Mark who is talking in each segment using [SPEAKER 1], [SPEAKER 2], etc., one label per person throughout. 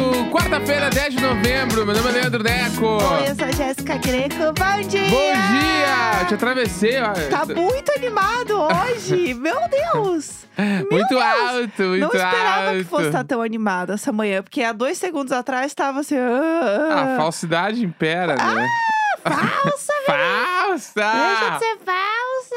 [SPEAKER 1] um Quinta-feira, 10 de novembro. Meu nome é Leandro Neco.
[SPEAKER 2] Oi, eu sou a Jéssica Greco. Bom dia!
[SPEAKER 1] Bom dia! Te atravessei, ó.
[SPEAKER 2] Tá muito animado hoje! Meu Deus! Meu
[SPEAKER 1] Muito
[SPEAKER 2] Deus.
[SPEAKER 1] alto, muito
[SPEAKER 2] Não esperava que
[SPEAKER 1] alto.
[SPEAKER 2] fosse estar tão animado essa manhã, porque há dois segundos atrás estava assim.
[SPEAKER 1] A
[SPEAKER 2] Ah,
[SPEAKER 1] falsidade impera, né?
[SPEAKER 2] falsa! Ah,
[SPEAKER 1] Falsa!
[SPEAKER 2] Deixa de ser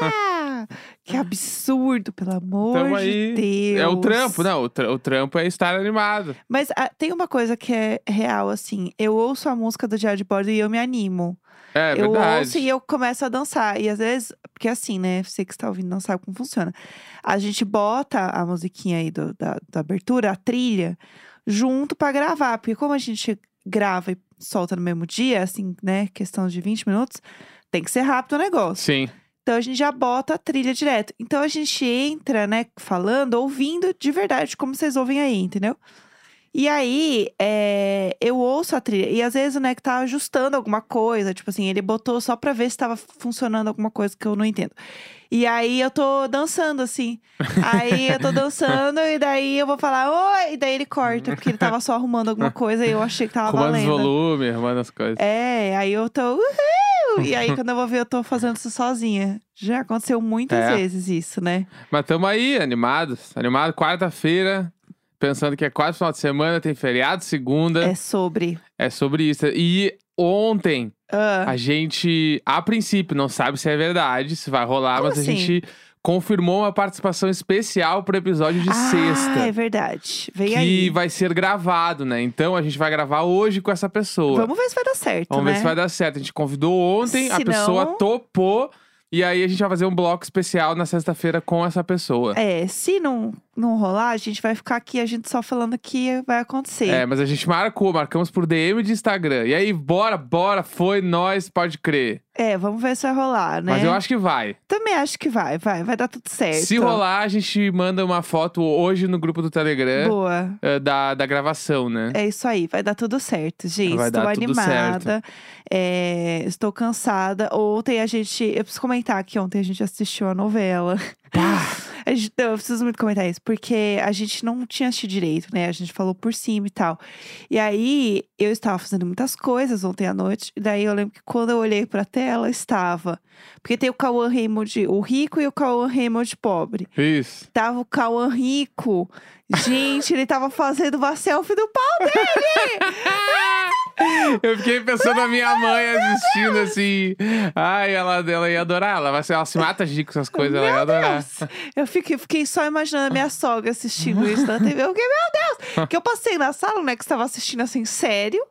[SPEAKER 2] falsa! que absurdo, pelo amor
[SPEAKER 1] Tamo
[SPEAKER 2] de
[SPEAKER 1] aí.
[SPEAKER 2] Deus!
[SPEAKER 1] É o trampo, não. O, tra- o trampo é estar animado.
[SPEAKER 2] Mas ah, tem uma coisa que é real, assim. Eu ouço a música do Diário de Bordo e eu me animo.
[SPEAKER 1] É
[SPEAKER 2] eu
[SPEAKER 1] verdade.
[SPEAKER 2] ouço e eu começo a dançar. E às vezes, porque assim, né? Você que está ouvindo não sabe como funciona. A gente bota a musiquinha aí do- da, da abertura, a trilha, junto pra gravar. Porque como a gente grava e solta no mesmo dia, assim, né? Questão de 20 minutos, tem que ser rápido o negócio.
[SPEAKER 1] Sim.
[SPEAKER 2] Então a gente já bota a trilha direto. Então a gente entra, né, falando, ouvindo de verdade, como vocês ouvem aí, entendeu? E aí, é, eu ouço a trilha. E às vezes o Neco tá ajustando alguma coisa. Tipo assim, ele botou só pra ver se tava funcionando alguma coisa que eu não entendo. E aí eu tô dançando, assim. Aí eu tô dançando e daí eu vou falar, oi! E daí ele corta, porque ele tava só arrumando alguma coisa e eu achei que tava
[SPEAKER 1] Arrumando os
[SPEAKER 2] valendo.
[SPEAKER 1] volumes, arrumando as coisas.
[SPEAKER 2] É, aí eu tô. Uhul! E aí, quando eu vou ver, eu tô fazendo isso sozinha. Já aconteceu muitas
[SPEAKER 1] É.
[SPEAKER 2] vezes isso, né?
[SPEAKER 1] Mas tamo aí, animados. Animado, quarta-feira. Pensando que é quase final de semana, tem feriado segunda.
[SPEAKER 2] É sobre.
[SPEAKER 1] É sobre isso. E ontem
[SPEAKER 2] Ah,
[SPEAKER 1] a gente, a princípio, não sabe se é verdade, se vai rolar,
[SPEAKER 2] Como
[SPEAKER 1] mas
[SPEAKER 2] assim?
[SPEAKER 1] a gente confirmou uma participação especial pro episódio de
[SPEAKER 2] ah, é
[SPEAKER 1] sexta.
[SPEAKER 2] verdade. Vem
[SPEAKER 1] que
[SPEAKER 2] aí.
[SPEAKER 1] vai ser gravado, né? Então a gente vai gravar hoje com essa pessoa.
[SPEAKER 2] Vamos ver se vai dar certo.
[SPEAKER 1] Vamos
[SPEAKER 2] né?
[SPEAKER 1] ver se vai dar certo. A gente convidou ontem, a
[SPEAKER 2] Se
[SPEAKER 1] pessoa
[SPEAKER 2] não-
[SPEAKER 1] topou. E aí a gente vai fazer um bloco especial na sexta-feira com essa pessoa.
[SPEAKER 2] É, se não, não rolar, a gente vai ficar aqui, a gente só falando que vai acontecer.
[SPEAKER 1] É, mas a gente marcou, marcamos por DM de Instagram. E aí, bora, bora, foi nós, pode crer.
[SPEAKER 2] É, vamos ver se vai rolar, né?
[SPEAKER 1] Mas eu acho que vai.
[SPEAKER 2] Também acho que vai, vai, vai dar tudo certo.
[SPEAKER 1] Se rolar, a gente manda uma foto hoje no grupo do Telegram
[SPEAKER 2] Boa.
[SPEAKER 1] eh, da, da gravação, né?
[SPEAKER 2] É isso aí, vai dar tudo certo, gente.
[SPEAKER 1] Vai
[SPEAKER 2] estou
[SPEAKER 1] dar tudo
[SPEAKER 2] animada, é, estou cansada. Ontem a gente. Eu preciso comentar que ontem a gente assistiu a novela. A gente- não, eu preciso muito comentar isso, porque a gente não tinha assistido direito, né? A gente falou por cima e tal. E aí eu estava fazendo muitas coisas ontem à noite, e daí eu lembro que quando eu olhei pra tela, estava. Porque tem o Cauã Raymond, o rico, e o Cauã Raymond pobre.
[SPEAKER 1] Isso.
[SPEAKER 2] Tava o Cauã Rico. Gente, ele tava fazendo uma selfie do pau
[SPEAKER 1] Eu fiquei pensando na minha mãe assistindo assim. Ai, ela, ela ia adorar. Ela, vai, ser- ela se mata de com essas coisas, ela ia adorar.
[SPEAKER 2] Deus. Eu fiquei, fiquei só imaginando a minha sogra assistindo isso na TV. Eu fiquei, meu Deus! Que eu passei na sala, né, que estava assistindo assim, sério.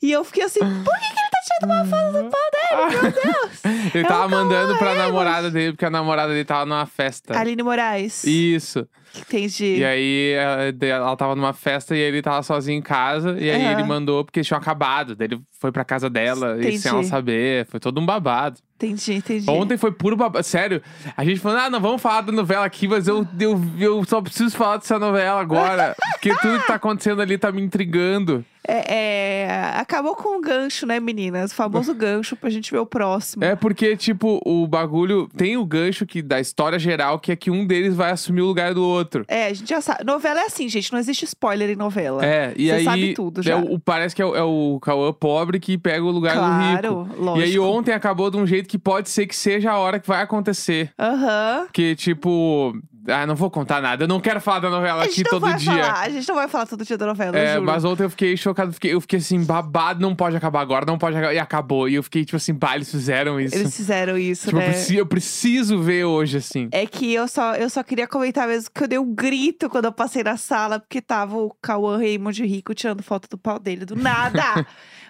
[SPEAKER 2] E eu fiquei assim, por que, que ele tá tirando uma foto do pau dele? Meu Deus!
[SPEAKER 1] Ele
[SPEAKER 2] o
[SPEAKER 1] tava
[SPEAKER 2] Cauã
[SPEAKER 1] mandando pra
[SPEAKER 2] Raymond.
[SPEAKER 1] namorada dele, porque a namorada dele tava numa festa.
[SPEAKER 2] Aline Moraes.
[SPEAKER 1] Isso.
[SPEAKER 2] Que tem de.
[SPEAKER 1] E aí ela, ela tava numa festa e ele tava sozinho em casa. E aí
[SPEAKER 2] Aham.
[SPEAKER 1] ele mandou porque eles tinham acabado. Daí ele foi pra casa dela e sem ela
[SPEAKER 2] Entendi.
[SPEAKER 1] saber. Foi todo um babado.
[SPEAKER 2] Entendi, entendi.
[SPEAKER 1] Ontem foi puro babado. Sério, a gente falou, ah, não vamos falar da novela aqui, mas eu, eu, eu só preciso falar dessa novela agora. porque tudo que tá acontecendo ali tá me intrigando.
[SPEAKER 2] É, é, acabou com o gancho, né, meninas? O famoso gancho pra gente ver o próximo.
[SPEAKER 1] É porque, tipo, o bagulho tem o gancho que da história geral, que é que um deles vai assumir o lugar do outro.
[SPEAKER 2] É, a gente já sabe. Novela é assim, gente. Não existe spoiler em novela.
[SPEAKER 1] É, e
[SPEAKER 2] Você
[SPEAKER 1] aí.
[SPEAKER 2] sabe tudo
[SPEAKER 1] é
[SPEAKER 2] já.
[SPEAKER 1] o- parece que é o, é o Cauã pobre que pega o lugar do rico.
[SPEAKER 2] claro, lógico.
[SPEAKER 1] E aí ontem acabou de um jeito que pode ser que seja a hora que vai acontecer.
[SPEAKER 2] Aham.
[SPEAKER 1] Que, tipo. Ah, não vou contar nada. Eu não quero falar da novela
[SPEAKER 2] A
[SPEAKER 1] aqui
[SPEAKER 2] gente não
[SPEAKER 1] todo
[SPEAKER 2] vai
[SPEAKER 1] dia.
[SPEAKER 2] falar, a gente não vai falar todo dia da novela, eu
[SPEAKER 1] É,
[SPEAKER 2] juro.
[SPEAKER 1] mas ontem eu fiquei chocado, fiquei- eu fiquei assim, babado, não pode acabar agora, não pode acabar. E acabou. E eu fiquei, tipo assim, pá, eles fizeram isso.
[SPEAKER 2] Eles fizeram isso,
[SPEAKER 1] tipo, eu,
[SPEAKER 2] né?
[SPEAKER 1] preci- eu preciso ver hoje, assim.
[SPEAKER 2] É que eu só, eu só queria comentar mesmo que eu dei um grito quando eu passei na sala, porque tava o Cauã Raymond Rico tirando foto do pau dele do nada.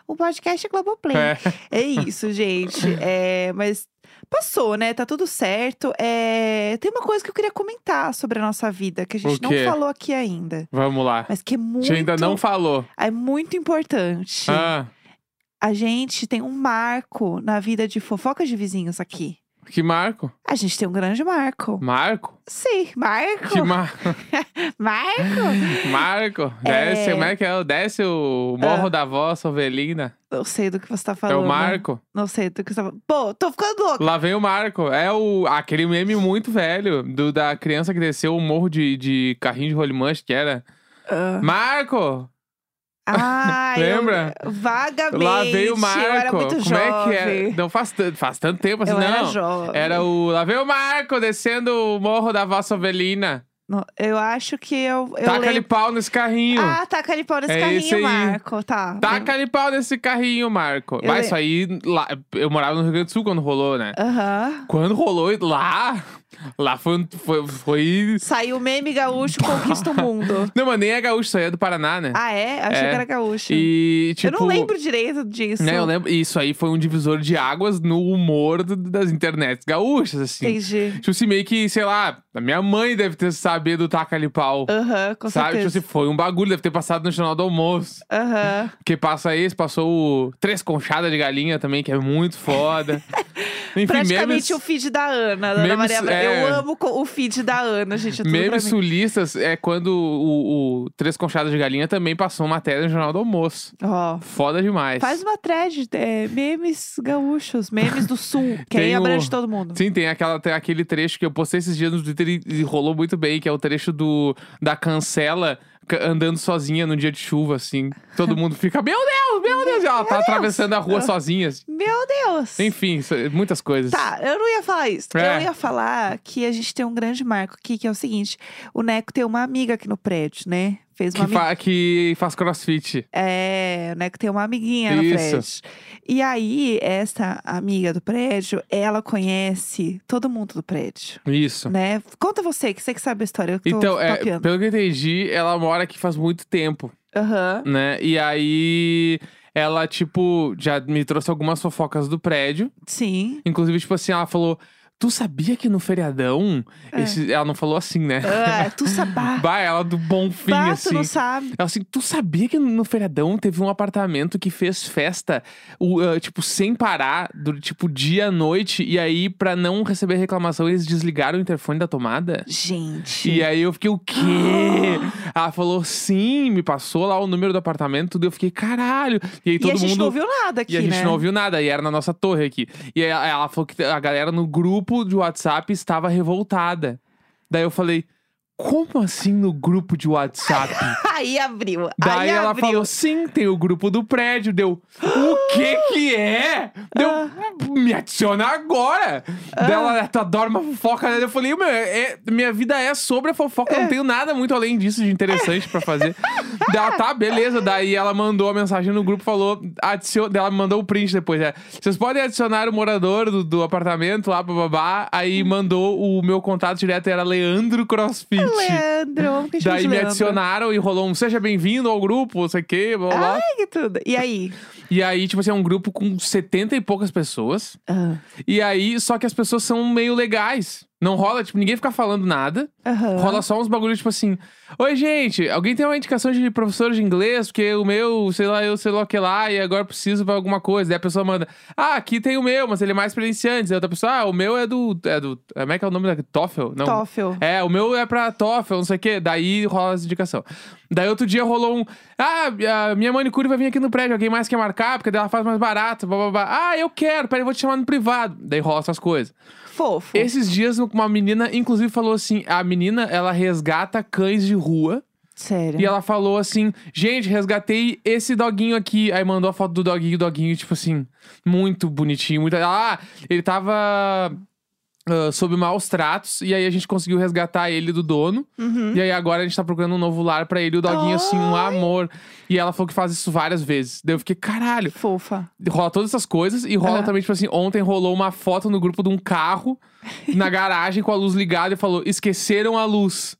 [SPEAKER 2] o podcast é Globoplay. É, isso, gente. É, mas passou, né? Tá tudo certo. É, tem uma coisa que eu queria comentar sobre a nossa vida, que a gente não
[SPEAKER 1] quê?
[SPEAKER 2] falou aqui ainda.
[SPEAKER 1] Vamos lá.
[SPEAKER 2] Mas que é muito.
[SPEAKER 1] A gente ainda não falou.
[SPEAKER 2] É muito importante.
[SPEAKER 1] Ah,
[SPEAKER 2] A gente tem um marco na vida de fofocas de vizinhos aqui.
[SPEAKER 1] que marco?
[SPEAKER 2] A gente tem um grande marco.
[SPEAKER 1] Marco?
[SPEAKER 2] Sim, marco.
[SPEAKER 1] Que mar...
[SPEAKER 2] Marco?
[SPEAKER 1] Marco? Desce, como é que é? o- Desce o morro
[SPEAKER 2] Ah.
[SPEAKER 1] da voz, ovelina.
[SPEAKER 2] Não sei do que você tá
[SPEAKER 1] É
[SPEAKER 2] falando.
[SPEAKER 1] o Marco.
[SPEAKER 2] Não sei do que você tá falando. Pô, tô ficando louca.
[SPEAKER 1] Lá vem o Marco. É o aquele meme muito velho do da criança que desceu o morro de, de carrinho de rolimã, acho que era.
[SPEAKER 2] Ah,
[SPEAKER 1] Marco!
[SPEAKER 2] Ah, eu-
[SPEAKER 1] Lembra?
[SPEAKER 2] vagamente.
[SPEAKER 1] Lá veio o Marco.
[SPEAKER 2] Eu era muito
[SPEAKER 1] Como
[SPEAKER 2] jovem.
[SPEAKER 1] é que é? Não faz, tan- faz tanto tempo assim,
[SPEAKER 2] Eu
[SPEAKER 1] não.
[SPEAKER 2] era jovem.
[SPEAKER 1] Era o. Lá veio o Marco descendo o morro da Vossa Ovelina.
[SPEAKER 2] No- Eu acho que eu, eu
[SPEAKER 1] Taca-lhe
[SPEAKER 2] lembro.
[SPEAKER 1] pau nesse carrinho.
[SPEAKER 2] Ah, taca-lhe pau nesse
[SPEAKER 1] É esse aí.
[SPEAKER 2] carrinho, Marco. Tá.
[SPEAKER 1] Taca-lhe pau nesse carrinho, Marco.
[SPEAKER 2] Eu
[SPEAKER 1] Mas
[SPEAKER 2] lem-
[SPEAKER 1] isso aí. lá- eu morava no Rio Grande do Sul quando rolou, né?
[SPEAKER 2] Aham.
[SPEAKER 1] Quando rolou lá. Lá foi. um- foi, foi...
[SPEAKER 2] Saiu o meme gaúcho conquista o mundo.
[SPEAKER 1] Não, mas nem é gaúcho, isso aí é do Paraná, né?
[SPEAKER 2] Ah, é? Achei
[SPEAKER 1] É.
[SPEAKER 2] que era gaúcho.
[SPEAKER 1] E tipo.
[SPEAKER 2] eu não lembro direito disso.
[SPEAKER 1] Né, eu lembro. e Isso aí foi um divisor de águas no humor do- das internets gaúchas, assim.
[SPEAKER 2] Entendi.
[SPEAKER 1] Tipo assim, meio que, sei lá, a minha mãe deve ter sabido do taca-lhe pau.
[SPEAKER 2] Aham, com
[SPEAKER 1] sabe? Tipo assim,
[SPEAKER 2] certeza.
[SPEAKER 1] foi um bagulho, deve ter passado no Jornal do Almoço.
[SPEAKER 2] Aham.
[SPEAKER 1] Que passa esse, passou o Três Conchadas de Galinha também, que é muito foda. Enfim, memes,
[SPEAKER 2] Praticamente o feed da Ana, da Ana
[SPEAKER 1] memes,
[SPEAKER 2] Maria. Braga.
[SPEAKER 1] é.
[SPEAKER 2] Eu amo co- o feed da Ana, gente. É tudo pra
[SPEAKER 1] memes
[SPEAKER 2] mim.
[SPEAKER 1] sulistas é quando o, o Três Conchadas de Galinha também passou matéria no Jornal do Almoço.
[SPEAKER 2] Ó,
[SPEAKER 1] Foda demais.
[SPEAKER 2] faz uma thread, é, memes gaúchos, memes do sul, que aí
[SPEAKER 1] Tem o-
[SPEAKER 2] abrange todo mundo.
[SPEAKER 1] Sim, tem, aquela, tem aquele trecho que eu postei esses dias no Twitter e, e rolou muito bem, que é o trecho do da cancela ca- andando sozinha num dia de chuva, assim. Todo mundo fica, meu Deus, meu Deus! E ela tá atravessando a rua sozinha. assim.
[SPEAKER 2] Meu Deus!
[SPEAKER 1] Enfim, isso- é muitas coisas.
[SPEAKER 2] Tá, eu não ia falar isso.
[SPEAKER 1] É.
[SPEAKER 2] Eu ia falar que a gente tem um grande marco aqui, que é o seguinte: o Neco tem uma amiga aqui no prédio, né? Fez uma
[SPEAKER 1] Que,
[SPEAKER 2] amiga.
[SPEAKER 1] fa- que faz crossfit.
[SPEAKER 2] É, né? Que tem uma amiguinha no
[SPEAKER 1] Isso.
[SPEAKER 2] prédio. E aí, essa amiga do prédio, ela conhece todo mundo do prédio,
[SPEAKER 1] Isso.
[SPEAKER 2] né? Conta você, que você que sabe a história. Eu que tô
[SPEAKER 1] Então, é,
[SPEAKER 2] papeando.
[SPEAKER 1] pelo que eu entendi, ela mora aqui faz muito tempo,
[SPEAKER 2] Aham.
[SPEAKER 1] né? E aí ela, tipo, já me trouxe algumas fofocas do prédio.
[SPEAKER 2] Sim.
[SPEAKER 1] Inclusive, tipo assim, ela falou: Tu sabia que no feriadão.
[SPEAKER 2] É.
[SPEAKER 1] esse-" Ela não falou assim, né?
[SPEAKER 2] Ah, tu sabá.
[SPEAKER 1] Bah, ela do bom fim,
[SPEAKER 2] Bah, tu
[SPEAKER 1] assim.
[SPEAKER 2] não sabe.
[SPEAKER 1] Ela assim, tu sabia que no feriadão teve um apartamento que fez festa, o, ah, tipo, sem parar, do tipo dia à noite, e aí, pra não receber reclamação, eles desligaram o interfone da tomada?
[SPEAKER 2] Gente.
[SPEAKER 1] E aí eu fiquei, o quê? ela falou, sim, me passou lá o número do apartamento, tudo. Eu fiquei, caralho. E aí
[SPEAKER 2] E
[SPEAKER 1] todo
[SPEAKER 2] a gente
[SPEAKER 1] mundo.
[SPEAKER 2] não ouviu nada aqui,
[SPEAKER 1] E a gente
[SPEAKER 2] né?
[SPEAKER 1] não ouviu nada, e era na nossa torre aqui. E aí ela, ela falou que a galera no grupo de WhatsApp estava revoltada. Daí eu falei, como assim no grupo de WhatsApp?
[SPEAKER 2] Aí abriu.
[SPEAKER 1] Daí
[SPEAKER 2] aí
[SPEAKER 1] ela
[SPEAKER 2] abriu.
[SPEAKER 1] falou, assim, sim, tem o grupo do prédio. Deu, o que que é? Deu,
[SPEAKER 2] Ah.
[SPEAKER 1] me adiciona agora. Daí ela, tu adora uma fofoca, né? Eu falei, meu, é- minha vida é sobre a fofoca, eu não tenho nada muito além disso de interessante pra fazer. Daí ela, tá, beleza. Daí ela mandou a mensagem no grupo, falou, adiciona, daí ela mandou o print depois, né? Vocês podem adicionar o morador do, do apartamento lá, bababá. Aí
[SPEAKER 2] Hum.
[SPEAKER 1] mandou o meu contato direto, era
[SPEAKER 2] É
[SPEAKER 1] Leandro Crossfit.
[SPEAKER 2] Leandro, vamos que a gente né?
[SPEAKER 1] Daí me
[SPEAKER 2] Leandro.
[SPEAKER 1] adicionaram e rolou um seja bem-vindo ao grupo, não sei o que, blá blá. blá.
[SPEAKER 2] Ai, que tudo. E aí?
[SPEAKER 1] E aí, tipo assim, é um grupo com 70 e poucas pessoas.
[SPEAKER 2] Ah,
[SPEAKER 1] E aí, só que as pessoas são meio legais. Não rola, tipo, ninguém fica falando nada.
[SPEAKER 2] Aham.
[SPEAKER 1] Rola só uns bagulhos, tipo assim. Oi, gente, alguém tem uma indicação de professor de inglês? Porque o meu, sei lá, eu sei lá o que lá, e agora preciso pra alguma coisa. Daí a pessoa manda, ah, aqui tem o meu, mas ele é mais pra iniciantes. Daí outra pessoa, ah, o meu é do. É do. Como é que é o nome da. TOEFL? Não.
[SPEAKER 2] Toffel.
[SPEAKER 1] É, o meu é pra TOEFL, não sei o quê. Daí rola essa indicação. Daí outro dia rolou um. Ah, a minha manicure vai vir aqui no prédio, alguém mais quer marcar, porque daí ela faz mais barato, blá blá blá. Ah, eu quero, peraí, eu vou te chamar no privado. Daí rola essas coisas.
[SPEAKER 2] Fofo.
[SPEAKER 1] Esses dias, uma menina, inclusive, falou assim: a menina, ela resgata cães de rua.
[SPEAKER 2] Sério.
[SPEAKER 1] E ela falou assim: gente, resgatei esse doguinho aqui. Aí mandou a foto do doguinho, o doguinho, tipo assim, muito bonitinho. Muito... Ah, ele tava ah, sob maus tratos. E aí a gente conseguiu resgatar ele do dono.
[SPEAKER 2] Uhum.
[SPEAKER 1] E aí agora a gente tá procurando um novo lar pra ele. O doguinho, assim, um amor. E ela falou que faz isso várias vezes. Daí eu fiquei, caralho.
[SPEAKER 2] Fofa.
[SPEAKER 1] Rola todas essas coisas e rola
[SPEAKER 2] Aham.
[SPEAKER 1] também, tipo assim, ontem rolou uma foto no grupo de um carro na garagem com a luz ligada e falou: esqueceram a luz.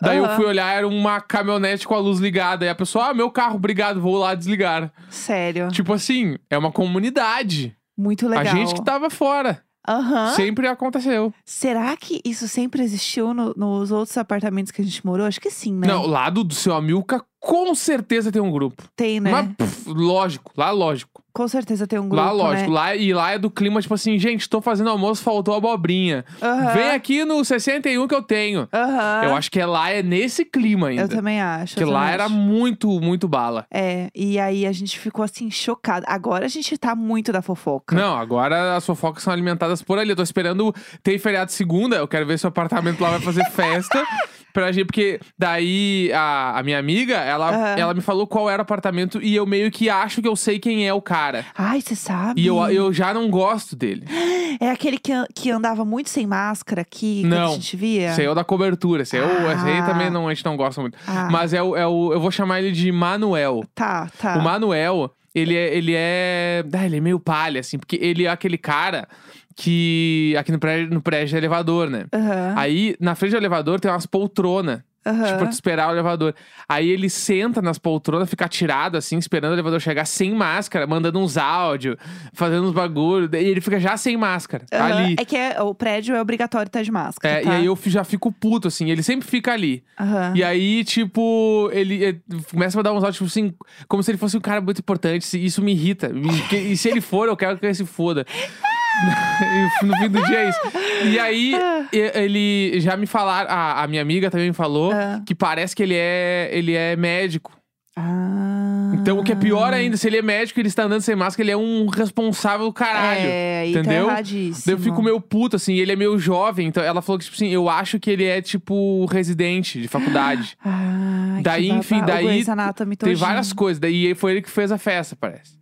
[SPEAKER 1] Daí eu
[SPEAKER 2] Aham.
[SPEAKER 1] fui olhar, era uma caminhonete com a luz ligada. E a pessoa, ah, meu carro, obrigado, vou lá desligar.
[SPEAKER 2] Sério.
[SPEAKER 1] Tipo assim, é uma comunidade.
[SPEAKER 2] Muito legal.
[SPEAKER 1] A gente tá que tava fora.
[SPEAKER 2] Aham.
[SPEAKER 1] Sempre aconteceu.
[SPEAKER 2] Será que isso sempre existiu no- nos outros apartamentos que a gente morou? Acho que sim, né?
[SPEAKER 1] Não, lá do, do seu Amilca, com certeza tem um grupo.
[SPEAKER 2] Tem, né?
[SPEAKER 1] Mas, pff, lógico, lá é lógico.
[SPEAKER 2] Com certeza tem um grupo,
[SPEAKER 1] lá é lógico.
[SPEAKER 2] né?
[SPEAKER 1] Lá, e lá é do clima, tipo assim, gente, tô fazendo almoço, faltou abobrinha.
[SPEAKER 2] Aham.
[SPEAKER 1] Vem aqui no 61 que eu tenho.
[SPEAKER 2] Aham.
[SPEAKER 1] Eu acho que é lá é nesse clima ainda.
[SPEAKER 2] Eu também acho.
[SPEAKER 1] que
[SPEAKER 2] eu
[SPEAKER 1] lá
[SPEAKER 2] também
[SPEAKER 1] era
[SPEAKER 2] acho.
[SPEAKER 1] muito, muito bala.
[SPEAKER 2] É, e aí a gente ficou assim chocada. Agora a gente tá muito da fofoca.
[SPEAKER 1] Não, agora as fofocas são alimentadas por ali. Eu tô esperando. Tem feriado segunda, eu quero ver se o apartamento lá vai fazer festa. pra gente. Porque daí a, a minha amiga, ela,
[SPEAKER 2] Aham.
[SPEAKER 1] ela me falou qual era o apartamento e eu meio que acho que eu sei quem é o cara.
[SPEAKER 2] Ai, você sabe?
[SPEAKER 1] E eu, eu já não gosto dele.
[SPEAKER 2] É aquele que, an- que andava muito sem máscara aqui,
[SPEAKER 1] Não.
[SPEAKER 2] que a gente via?
[SPEAKER 1] Esse aí é o da cobertura. Esse, aí é o- esse aí
[SPEAKER 2] Ah.
[SPEAKER 1] também não, a gente não gosta muito.
[SPEAKER 2] Ah,
[SPEAKER 1] Mas é o, é o. Eu vou chamar ele de Manuel.
[SPEAKER 2] Tá, tá.
[SPEAKER 1] O Manuel, ele é. Ele é. Ah, ele é meio palha, assim, porque ele é aquele cara que. Aqui no prédio, no prédio é elevador, né?
[SPEAKER 2] Aham,
[SPEAKER 1] Aí, na frente do elevador, tem umas poltronas.
[SPEAKER 2] Ah. aham.
[SPEAKER 1] Tipo, pra tu esperar o elevador. Aí ele senta nas poltronas, fica tirado, assim, esperando o elevador chegar sem máscara, mandando uns áudios, fazendo uns bagulho. E ele fica já sem máscara. tá
[SPEAKER 2] Aham.
[SPEAKER 1] Ali.
[SPEAKER 2] É que é- o prédio é obrigatório estar de máscara.
[SPEAKER 1] É,
[SPEAKER 2] tá?
[SPEAKER 1] E aí eu fi- já fico puto, assim. Ele sempre fica ali.
[SPEAKER 2] Aham.
[SPEAKER 1] E aí, tipo, ele eh, começa a mandar uns áudios, tipo assim, como se ele fosse um cara muito importante. se- Isso me irrita. E, que- e se ele for, eu quero que ele se foda. E no fim do dia é isso. E aí, e- ele já me falaram, a, a minha amiga também me falou
[SPEAKER 2] Ah.
[SPEAKER 1] que parece que ele é, ele é médico.
[SPEAKER 2] Ah.
[SPEAKER 1] Então, o que é pior ainda, se ele é médico e ele está andando sem máscara, ele é um responsável do caralho.
[SPEAKER 2] É, e
[SPEAKER 1] entendeu?
[SPEAKER 2] tá erradíssimo.
[SPEAKER 1] Daí eu fico meio puto, assim, ele é meio jovem, então ela falou que, tipo assim, eu acho que ele é, tipo, residente de faculdade.
[SPEAKER 2] Ai,
[SPEAKER 1] Daí,
[SPEAKER 2] que
[SPEAKER 1] enfim,
[SPEAKER 2] babado.
[SPEAKER 1] daí
[SPEAKER 2] O Grey's Anatomy
[SPEAKER 1] Tem
[SPEAKER 2] todinho.
[SPEAKER 1] várias coisas. Daí foi ele que fez a festa, parece.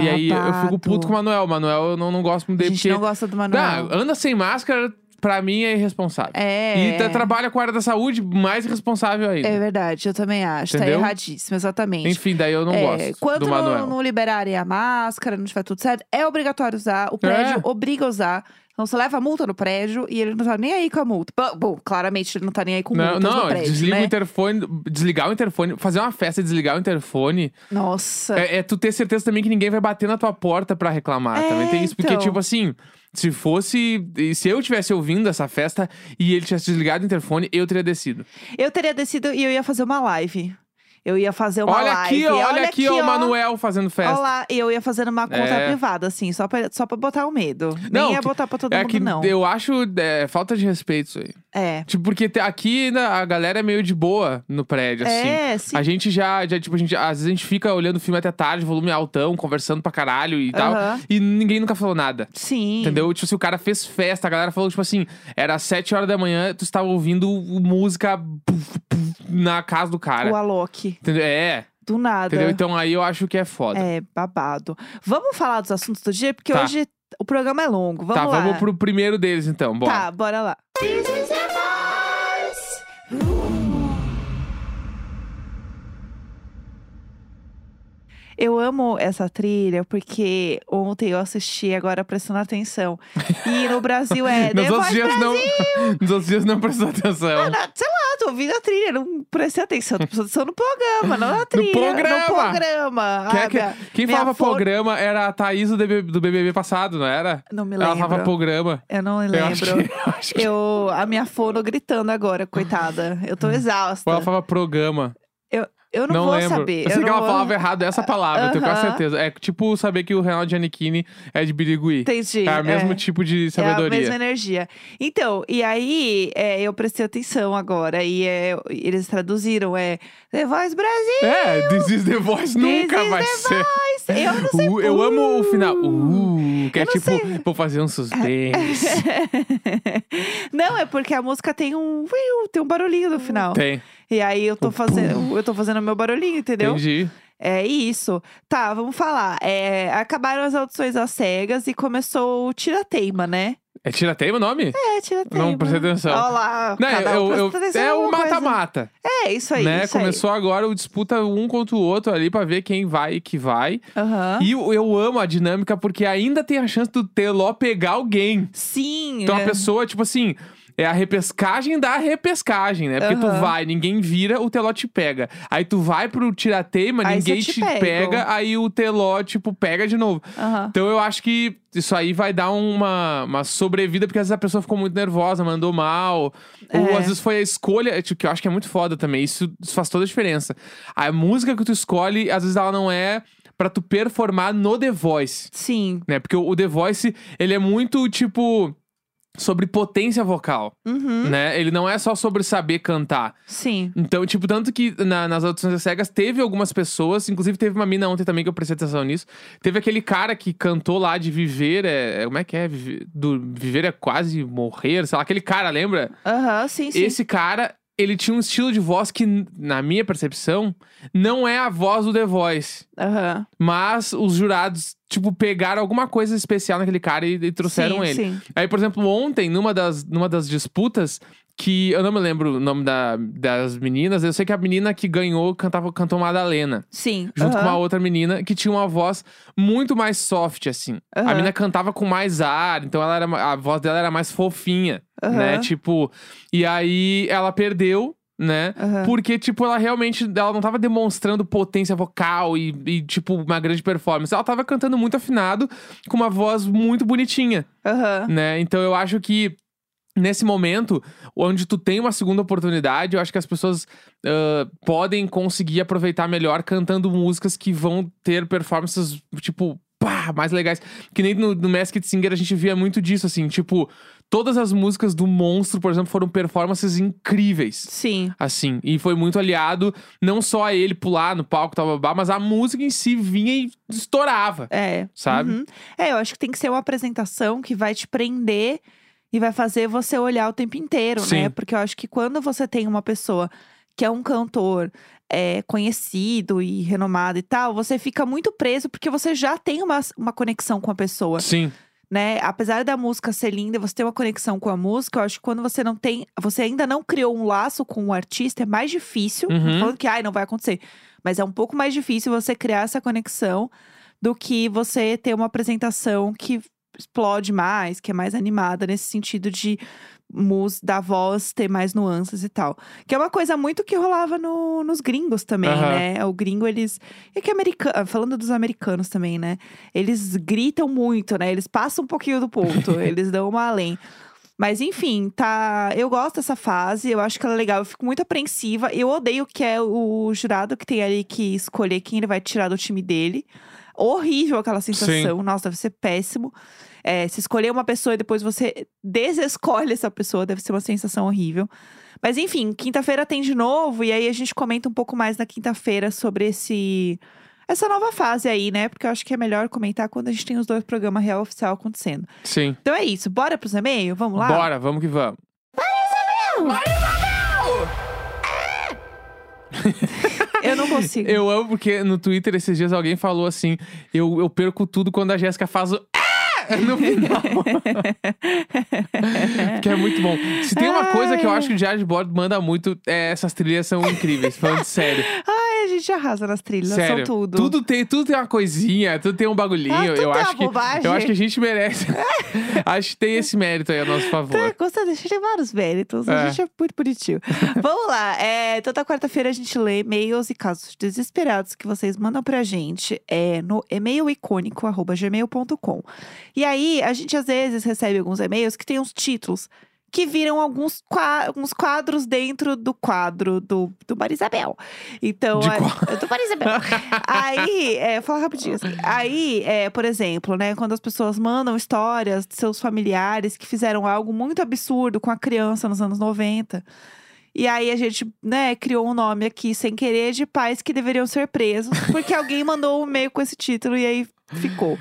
[SPEAKER 1] E aí eu
[SPEAKER 2] Babado.
[SPEAKER 1] fico puto com o Manuel. O Manuel eu não, não gosto muito
[SPEAKER 2] A
[SPEAKER 1] dele.
[SPEAKER 2] gente
[SPEAKER 1] porque...
[SPEAKER 2] não gosta do Manuel.
[SPEAKER 1] Ah, anda sem máscara, pra mim é irresponsável.
[SPEAKER 2] É.
[SPEAKER 1] E tá- trabalha com a área da saúde, mais irresponsável ainda.
[SPEAKER 2] É verdade, eu também acho.
[SPEAKER 1] Entendeu?
[SPEAKER 2] Tá erradíssimo, exatamente.
[SPEAKER 1] Enfim, daí eu não
[SPEAKER 2] É,
[SPEAKER 1] gosto
[SPEAKER 2] quando
[SPEAKER 1] do Manuel.
[SPEAKER 2] não, não liberarem a máscara, não tiver tudo certo, é obrigatório usar. O prédio
[SPEAKER 1] É.
[SPEAKER 2] obriga a usar. Então você leva a multa no prédio e ele não tá nem aí com a multa. Bom, Bom, claramente ele não tá nem aí com
[SPEAKER 1] Não,
[SPEAKER 2] multa no
[SPEAKER 1] não,
[SPEAKER 2] prédio,
[SPEAKER 1] desliga o
[SPEAKER 2] né?
[SPEAKER 1] interfone, desligar o interfone, fazer uma festa e desligar o interfone.
[SPEAKER 2] Nossa.
[SPEAKER 1] É, é tu ter certeza também que ninguém vai bater na tua porta pra reclamar.
[SPEAKER 2] É,
[SPEAKER 1] também tem isso, porque,
[SPEAKER 2] então.
[SPEAKER 1] tipo assim, se fosse. Se eu tivesse ouvindo essa festa e ele tivesse desligado o interfone, eu teria descido.
[SPEAKER 2] Eu teria descido e eu ia fazer uma live. Eu ia fazer uma
[SPEAKER 1] olha
[SPEAKER 2] live.
[SPEAKER 1] aqui, ó, olha, aqui, ó, o Manuel fazendo festa.
[SPEAKER 2] Olha lá, eu ia fazendo uma conta
[SPEAKER 1] É.
[SPEAKER 2] privada, assim, só pra, só pra botar o medo.
[SPEAKER 1] Não,
[SPEAKER 2] Nem ia
[SPEAKER 1] que-
[SPEAKER 2] botar pra todo
[SPEAKER 1] é
[SPEAKER 2] mundo,
[SPEAKER 1] que
[SPEAKER 2] não.
[SPEAKER 1] eu acho é, falta de respeito isso aí.
[SPEAKER 2] É.
[SPEAKER 1] Tipo, porque te- aqui né, a galera é meio de boa no prédio, assim.
[SPEAKER 2] É, sim.
[SPEAKER 1] A gente já, já, tipo, a gente, às vezes a gente fica olhando filme até tarde, volume altão, conversando pra caralho e tal.
[SPEAKER 2] Aham.
[SPEAKER 1] E ninguém nunca falou nada.
[SPEAKER 2] Sim.
[SPEAKER 1] Entendeu? Tipo, se o cara fez festa, a galera falou, tipo assim, era sete horas da manhã, tu estava ouvindo música puf, puf, na casa do cara.
[SPEAKER 2] O Alok.
[SPEAKER 1] Entendeu? É,
[SPEAKER 2] Do nada.
[SPEAKER 1] entendeu? Então aí eu acho que é foda.
[SPEAKER 2] É, babado. Vamos falar dos assuntos do dia, porque
[SPEAKER 1] Tá.
[SPEAKER 2] hoje o programa é longo. Vamos
[SPEAKER 1] tá,
[SPEAKER 2] lá.
[SPEAKER 1] vamos pro primeiro deles então, bora.
[SPEAKER 2] Tá, bora lá. Eu amo essa trilha porque ontem eu assisti, agora prestando atenção. E no Brasil é.
[SPEAKER 1] Nos
[SPEAKER 2] Depois
[SPEAKER 1] outros, dias não, nos outros dias não prestou atenção.
[SPEAKER 2] Na- Sei lá, tô ouvindo a trilha, não prestei atenção. Tô prestando atenção no programa, não na trilha.
[SPEAKER 1] programa!
[SPEAKER 2] No programa.
[SPEAKER 1] Quem, é
[SPEAKER 2] Ah,
[SPEAKER 1] que-
[SPEAKER 2] minha-
[SPEAKER 1] quem
[SPEAKER 2] minha
[SPEAKER 1] falava
[SPEAKER 2] fo-
[SPEAKER 1] programa era a Thaís do BBB, do BBB passado, não era?
[SPEAKER 2] Não me
[SPEAKER 1] Ela falava
[SPEAKER 2] lembro.
[SPEAKER 1] programa.
[SPEAKER 2] Eu não lembro.
[SPEAKER 1] Eu acho que, eu acho que-
[SPEAKER 2] Eu, a minha fono gritando agora, coitada. Eu tô exausta.
[SPEAKER 1] Ou Hum. ela falava programa.
[SPEAKER 2] Eu não, vou
[SPEAKER 1] lembro.
[SPEAKER 2] saber.
[SPEAKER 1] Eu sei que
[SPEAKER 2] não
[SPEAKER 1] ela
[SPEAKER 2] vou-
[SPEAKER 1] falava errado essa palavra, eu tenho quase
[SPEAKER 2] Aham.
[SPEAKER 1] certeza. É tipo saber que o Reinaldo Giannichini é de Birigui.
[SPEAKER 2] Entendi.
[SPEAKER 1] É o mesmo
[SPEAKER 2] é.
[SPEAKER 1] tipo de
[SPEAKER 2] É a
[SPEAKER 1] sabedoria.
[SPEAKER 2] mesma energia. Então, e aí é, eu prestei atenção agora. E é, eles traduziram, é The Voice Brasil.
[SPEAKER 1] É, This is the voice nunca
[SPEAKER 2] is
[SPEAKER 1] vai
[SPEAKER 2] the
[SPEAKER 1] ser.
[SPEAKER 2] Eu não sei.
[SPEAKER 1] Uh, eu amo o final. Uh, que é
[SPEAKER 2] Eu não
[SPEAKER 1] tipo,
[SPEAKER 2] sei. É,
[SPEAKER 1] vou fazer um suspense.
[SPEAKER 2] não, é porque a música tem um. uiu, Tem um barulhinho no final.
[SPEAKER 1] Tem, Um
[SPEAKER 2] E aí eu tô fazendo. Eu tô fazendo o meu barulhinho, entendeu?
[SPEAKER 1] entendi.
[SPEAKER 2] É isso. Tá, vamos falar. É, acabaram as audições às cegas e começou o tirateima, né?
[SPEAKER 1] É tirateima o nome?
[SPEAKER 2] É, tirateima.
[SPEAKER 1] Não prestei atenção.
[SPEAKER 2] Olha lá.
[SPEAKER 1] Não,
[SPEAKER 2] cada um
[SPEAKER 1] eu- eu-
[SPEAKER 2] presta atenção em
[SPEAKER 1] é o
[SPEAKER 2] alguma coisa.
[SPEAKER 1] mata-mata,
[SPEAKER 2] É, isso aí.
[SPEAKER 1] né?
[SPEAKER 2] isso aí.
[SPEAKER 1] Começou agora o disputa um contra o outro ali pra ver quem vai e que vai.
[SPEAKER 2] Aham.
[SPEAKER 1] E eu, eu amo a dinâmica porque ainda tem a chance do Teló pegar alguém.
[SPEAKER 2] Sim.
[SPEAKER 1] Então a
[SPEAKER 2] é.
[SPEAKER 1] pessoa, tipo assim, é a repescagem da repescagem, né? Porque
[SPEAKER 2] Aham.
[SPEAKER 1] tu vai, ninguém vira, o teló te pega. Aí tu vai pro tirateima,
[SPEAKER 2] Aí
[SPEAKER 1] ninguém
[SPEAKER 2] só
[SPEAKER 1] te
[SPEAKER 2] te pegam.
[SPEAKER 1] pega, aí o teló, tipo, pega de novo.
[SPEAKER 2] Aham.
[SPEAKER 1] Então eu acho que isso aí vai dar uma, uma sobrevida, porque às vezes a pessoa ficou muito nervosa, mandou mal.
[SPEAKER 2] É.
[SPEAKER 1] Ou às vezes foi a escolha, tipo, que eu acho que é muito foda também. Isso, isso faz toda a diferença. A música que tu escolhe, às vezes ela não é pra tu performar no The Voice
[SPEAKER 2] Sim.
[SPEAKER 1] né? Porque o o The Voice, ele é muito, tipo, sobre potência vocal,
[SPEAKER 2] Uhum.
[SPEAKER 1] né? Ele não é só sobre saber cantar.
[SPEAKER 2] Sim.
[SPEAKER 1] Então, tipo, tanto que na- nas audições das cegas teve algumas pessoas, inclusive teve uma mina ontem também que eu prestei atenção nisso. Teve aquele cara que cantou lá de viver é. é- Como é que é? Viver, do, viver é quase morrer, sei lá. Aquele cara, lembra?
[SPEAKER 2] Aham, sim, sim.
[SPEAKER 1] Esse cara, ele tinha um estilo de voz que, n- na minha percepção, não é a voz do The Voice.
[SPEAKER 2] Aham.
[SPEAKER 1] Mas os jurados, tipo, pegaram alguma coisa especial naquele cara e, e trouxeram
[SPEAKER 2] Sim,
[SPEAKER 1] ele.
[SPEAKER 2] Sim.
[SPEAKER 1] Aí, por exemplo, ontem, numa das, numa das disputas, que eu não me lembro o nome da- das meninas, eu sei que a menina que ganhou cantava, cantou Madalena.
[SPEAKER 2] Sim.
[SPEAKER 1] Junto com
[SPEAKER 2] aham.
[SPEAKER 1] uma outra menina que tinha uma voz muito mais soft, assim. A
[SPEAKER 2] Aham.
[SPEAKER 1] menina cantava com mais ar, então ela era, ma- a voz dela era mais fofinha,
[SPEAKER 2] Aham.
[SPEAKER 1] né? Tipo, e aí ela perdeu, né?
[SPEAKER 2] Aham.
[SPEAKER 1] Porque, tipo, ela realmente ela não tava demonstrando potência vocal e, e, tipo, uma grande performance. Ela tava cantando muito afinado, com uma voz muito bonitinha,
[SPEAKER 2] Aham.
[SPEAKER 1] né? Então eu acho que nesse momento, onde tu tem uma segunda oportunidade, eu acho que as pessoas ah, podem conseguir aproveitar melhor cantando músicas que vão ter performances, tipo, pá, mais legais. Que nem no, no Masked Singer a gente via muito disso, assim, tipo, todas as músicas do Monstro, por exemplo, foram performances incríveis
[SPEAKER 2] Sim.
[SPEAKER 1] assim. E foi muito aliado, não só a ele pular no palco, tal, babá, mas a música em si vinha e estourava,
[SPEAKER 2] É.
[SPEAKER 1] sabe?
[SPEAKER 2] Uhum. É, eu acho que tem que ser uma apresentação que vai te prender e vai fazer você olhar o tempo inteiro,
[SPEAKER 1] Sim.
[SPEAKER 2] né? Porque eu acho que quando você tem uma pessoa que é um cantor é, conhecido e renomado e tal, você fica muito preso porque você já tem uma, uma conexão com a pessoa,
[SPEAKER 1] Sim,
[SPEAKER 2] né? Apesar da música ser linda, você tem uma conexão com a música, eu acho que quando você não tem, você ainda não criou um laço com o artista, é mais difícil. Não
[SPEAKER 1] Uhum.
[SPEAKER 2] tô falando que ai, não vai acontecer, mas é um pouco mais difícil você criar essa conexão do que você ter uma apresentação que explode mais, que é mais animada nesse sentido de mus da voz ter mais nuances e tal. Que é uma coisa muito que rolava no- nos gringos também,
[SPEAKER 1] Aham.
[SPEAKER 2] né? O gringo, eles. É que americano. Falando dos americanos também, né? Eles gritam muito, né? Eles passam um pouquinho do ponto, eles dão uma além. Mas enfim, tá. Eu gosto dessa fase, eu acho que ela é legal, eu fico muito apreensiva. Eu odeio que é o jurado que tem ali que escolher quem ele vai tirar do time dele. Horrível aquela sensação, nossa, deve ser péssimo. É, se escolher uma pessoa e depois você desescolhe essa pessoa, deve ser uma sensação horrível. Mas enfim, quinta-feira tem de novo, e aí a gente comenta um pouco mais na quinta-feira sobre esse. Essa nova fase aí, né? Porque eu acho que é melhor comentar quando a gente tem os dois programas real oficial acontecendo.
[SPEAKER 1] sim.
[SPEAKER 2] Então é isso, bora pros e-mails? Vamos lá?
[SPEAKER 1] Bora, vamos que vamos.
[SPEAKER 2] Eu não consigo.
[SPEAKER 1] Eu amo porque no Twitter esses dias alguém falou assim: eu, eu perco tudo quando a Jéssica faz o. "Ah!" No final. que é muito bom. Se tem uma coisa que eu acho que o Diário de Bordo manda muito, é essas trilhas são incríveis. Falando sério.
[SPEAKER 2] Ai, a gente arrasa nas trilhas,
[SPEAKER 1] sério.
[SPEAKER 2] são tudo.
[SPEAKER 1] tem, tudo tem uma coisinha, tudo tem um bagulhinho.
[SPEAKER 2] Ah, tudo
[SPEAKER 1] eu
[SPEAKER 2] é uma
[SPEAKER 1] acho que
[SPEAKER 2] bobagem.
[SPEAKER 1] Eu acho que a gente merece. acho que tem esse mérito aí a nosso
[SPEAKER 2] Tá,
[SPEAKER 1] favor.
[SPEAKER 2] gosta, a gente tem vários méritos.
[SPEAKER 1] É.
[SPEAKER 2] A gente é muito bonitinho. Vamos lá. É, toda quarta-feira a gente lê e-mails e casos desesperados que vocês mandam pra gente é, no e-mailicônico.gmail.com. E aí, a gente às vezes recebe alguns e-mails que tem uns títulos que viram alguns, qua- alguns quadros dentro do quadro do, do Marisabel. Então,
[SPEAKER 1] De
[SPEAKER 2] a-
[SPEAKER 1] qual?
[SPEAKER 2] do Marisabel. Aí, é, fala rapidinho. assim. Aí, é, por exemplo, né, quando as pessoas mandam histórias de seus familiares que fizeram algo muito absurdo com a criança nos anos 90. E aí a gente, né, criou um nome aqui sem querer de pais que deveriam ser presos, porque alguém mandou um e-mail com esse título e aí ficou.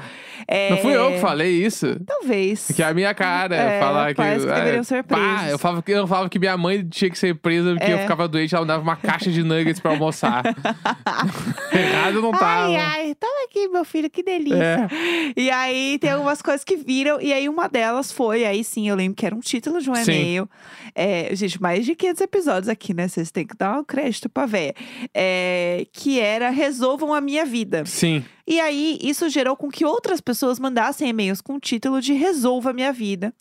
[SPEAKER 2] É,
[SPEAKER 1] Não fui eu que falei isso.
[SPEAKER 2] Talvez.
[SPEAKER 1] Que é a minha cara
[SPEAKER 2] É,
[SPEAKER 1] falar que.
[SPEAKER 2] pais que
[SPEAKER 1] ah,
[SPEAKER 2] deveriam ser
[SPEAKER 1] pá,
[SPEAKER 2] presos.
[SPEAKER 1] eu falava, que, eu falava que minha mãe tinha que ser presa porque eu
[SPEAKER 2] É.
[SPEAKER 1] ficava doente, ela me dava uma caixa de nuggets pra almoçar. Errado não tava.
[SPEAKER 2] Ai, ai, tava aqui, meu filho, que delícia.
[SPEAKER 1] É.
[SPEAKER 2] E aí tem algumas coisas que viram, e aí uma delas foi, aí sim, eu lembro que era um título de um
[SPEAKER 1] Sim.
[SPEAKER 2] e-mail. É, gente, mais de 500 episódios aqui, né? Vocês têm que dar um crédito pra véia. É, que era Resolvam a Minha Vida.
[SPEAKER 1] Sim.
[SPEAKER 2] E aí, isso gerou com que outras pessoas mandassem e-mails com o título de Resolva Minha Vida.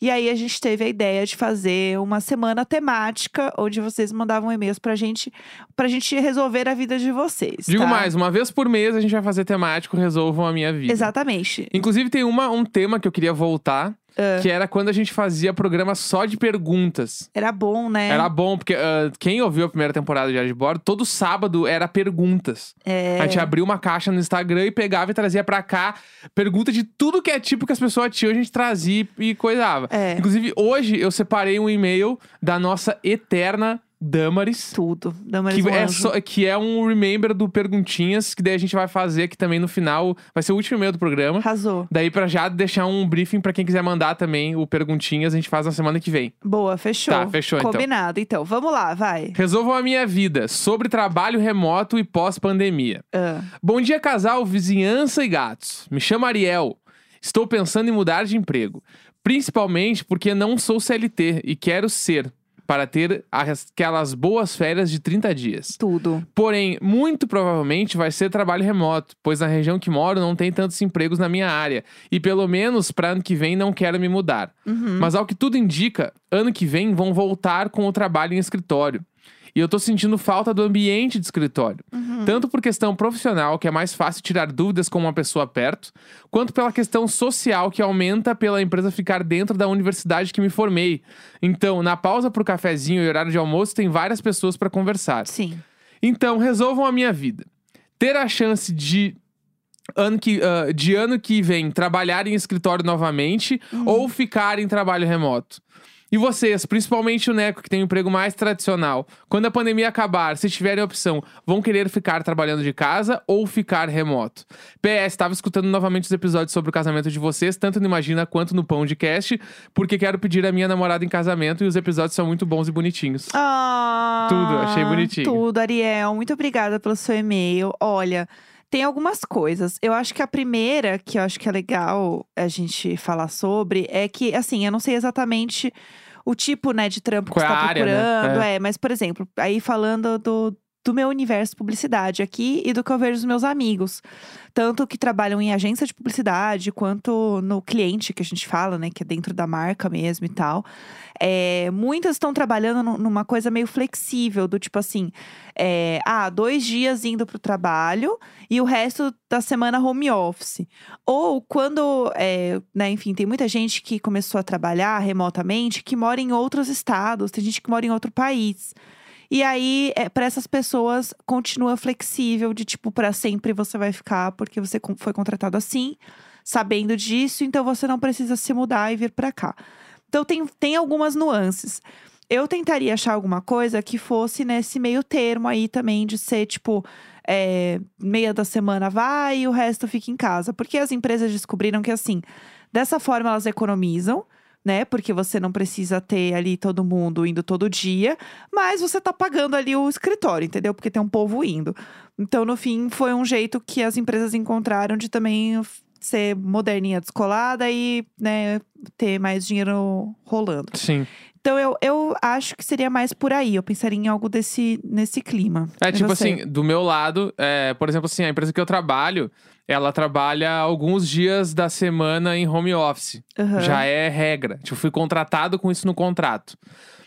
[SPEAKER 2] E aí, a gente teve a ideia de fazer uma semana temática, onde vocês mandavam e-mails pra gente, pra gente resolver a vida de vocês.
[SPEAKER 1] Digo
[SPEAKER 2] tá?
[SPEAKER 1] mais, uma vez por mês a gente vai fazer temático Resolvam a Minha Vida.
[SPEAKER 2] Exatamente.
[SPEAKER 1] Inclusive, tem uma, um tema que eu queria voltar,
[SPEAKER 2] Ah.
[SPEAKER 1] que era quando a gente fazia programa só de perguntas.
[SPEAKER 2] Era bom, né?
[SPEAKER 1] Era bom, porque ah, quem ouviu a primeira temporada de Ar de Bordo, todo sábado era perguntas.
[SPEAKER 2] É.
[SPEAKER 1] A gente abria uma caixa no Instagram e pegava e trazia pra cá pergunta de tudo que é tipo que as pessoas tinham, a gente trazia e e coisava.
[SPEAKER 2] É.
[SPEAKER 1] Inclusive, hoje eu separei um e-mail da nossa eterna Damaris.
[SPEAKER 2] Tudo. Damaris
[SPEAKER 1] Que
[SPEAKER 2] um
[SPEAKER 1] é,
[SPEAKER 2] anjo.
[SPEAKER 1] só- que é um remember do Perguntinhas, que daí a gente vai fazer aqui também no final. Vai ser o último e-mail do programa.
[SPEAKER 2] Arrasou.
[SPEAKER 1] Daí, pra já deixar um briefing pra quem quiser mandar também o Perguntinhas, a gente faz na semana que vem.
[SPEAKER 2] Boa, fechou.
[SPEAKER 1] Tá, fechou, então.
[SPEAKER 2] Combinado. Então, vamos lá, vai.
[SPEAKER 1] Resolvam a minha vida sobre trabalho remoto e pós-pandemia.
[SPEAKER 2] Ah,
[SPEAKER 1] Bom dia, casal, vizinhança e gatos. Me chamo Ariel. Estou pensando em mudar de emprego, principalmente porque não sou CLT e quero ser para ter as- aquelas boas férias de 30 dias.
[SPEAKER 2] tudo.
[SPEAKER 1] Porém, muito provavelmente vai ser trabalho remoto, pois na região que moro não tem tantos empregos na minha área e pelo menos para ano que vem não quero me mudar.
[SPEAKER 2] Uhum.
[SPEAKER 1] Mas ao que tudo indica, ano que vem vão voltar com o trabalho em escritório. E eu tô sentindo falta do ambiente de escritório. Tanto por questão profissional, que é mais fácil tirar dúvidas com uma pessoa perto, quanto pela questão social, que aumenta pela empresa ficar dentro da universidade que me formei. Então, na pausa pro cafezinho e horário de almoço, tem várias pessoas pra conversar.
[SPEAKER 2] Sim.
[SPEAKER 1] Então, resolvam a minha vida. Ter a chance de ano que, ah, de ano que vem trabalhar em escritório novamente ou ficar em trabalho remoto. E vocês, principalmente o Neco, que tem um emprego mais tradicional, quando a pandemia acabar, se tiverem a opção, vão querer ficar trabalhando de casa ou ficar remoto? PS, estava escutando novamente os episódios sobre o casamento de vocês, tanto no Imagina quanto no Pão de Cast, porque quero pedir a minha namorada em casamento e os episódios são muito bons e bonitinhos.
[SPEAKER 2] Ah,
[SPEAKER 1] Tudo, achei bonitinho.
[SPEAKER 2] Tudo, Ariel. Muito obrigada pelo seu e-mail. Olha, tem algumas coisas. Eu acho que a primeira, que eu acho que é legal a gente falar sobre, é que, assim, eu não sei exatamente o tipo, né, de trampo
[SPEAKER 1] Qual
[SPEAKER 2] que
[SPEAKER 1] é
[SPEAKER 2] você
[SPEAKER 1] a
[SPEAKER 2] tá
[SPEAKER 1] área, né?
[SPEAKER 2] procurando. É. mas, por exemplo, aí falando do. Do meu universo publicidade aqui e do que eu vejo dos meus amigos. Tanto que trabalham em agência de publicidade, quanto no cliente que a gente fala, né? Que é dentro da marca mesmo e tal. É, muitas estão trabalhando nu- numa coisa meio flexível, do tipo assim, é, ah, dois dias indo pro trabalho e o resto da semana home office. Ou quando, é, né, enfim, tem muita gente que começou a trabalhar remotamente que mora em outros estados, tem gente que mora em outro país. E aí, é, para essas pessoas, continua flexível de tipo, para sempre você vai ficar porque você con- foi contratado assim, sabendo disso, então você não precisa se mudar e vir para cá. Então tem, tem algumas nuances. Eu tentaria achar alguma coisa que fosse nesse meio termo aí também, de ser tipo, é, meia da semana vai e o resto fica em casa. Porque as empresas descobriram que assim, dessa forma elas economizam, né? Porque você não precisa ter ali todo mundo indo todo dia, mas você tá pagando ali o escritório, entendeu? Porque tem um povo indo. Então, no fim, foi um jeito que as empresas encontraram de também ser moderninha, descolada e, né, ter mais dinheiro rolando.
[SPEAKER 1] Sim.
[SPEAKER 2] Então eu, eu acho que seria mais por aí. Eu pensaria em algo desse nesse clima.
[SPEAKER 1] É
[SPEAKER 2] E
[SPEAKER 1] tipo
[SPEAKER 2] você?
[SPEAKER 1] assim, do meu lado, é, por exemplo, assim, a empresa que eu trabalho, ela trabalha alguns dias da semana em home office.
[SPEAKER 2] Aham.
[SPEAKER 1] Já é regra. Tipo, fui contratado com isso no contrato.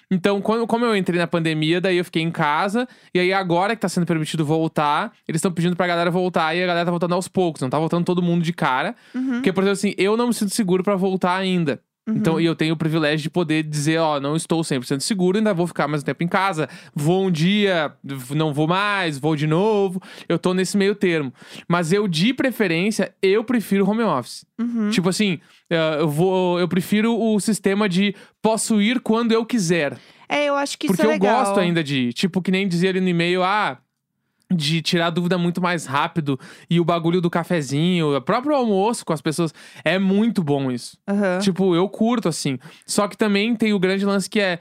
[SPEAKER 1] Então, quando- como eu entrei na pandemia, daí eu fiquei em casa. E aí, agora que tá sendo permitido voltar, eles estão pedindo pra galera voltar. E a galera tá voltando aos poucos. Não tá voltando todo mundo de cara.
[SPEAKER 2] Uhum,
[SPEAKER 1] Porque, por exemplo, assim, eu não me sinto seguro pra voltar ainda.
[SPEAKER 2] uhum.
[SPEAKER 1] Então, e eu tenho o privilégio de poder dizer, ó, não estou 100% seguro, ainda vou ficar mais um tempo em casa, vou um dia, v- não vou mais, vou de novo. Eu tô nesse meio termo. Mas eu, de preferência, eu prefiro home office.
[SPEAKER 2] Uhum.
[SPEAKER 1] Tipo assim, eh, eu vou, eu prefiro o sistema de posso ir quando eu quiser.
[SPEAKER 2] É, eu acho que
[SPEAKER 1] porque
[SPEAKER 2] isso é
[SPEAKER 1] eu
[SPEAKER 2] legal.
[SPEAKER 1] gosto ainda de, tipo, que nem dizia ali no e-mail, ah, de tirar a dúvida muito mais rápido e o bagulho do cafezinho, o próprio almoço com as pessoas. É muito bom isso.
[SPEAKER 2] Aham.
[SPEAKER 1] Tipo, eu curto, assim. Só que também tem o grande lance que é.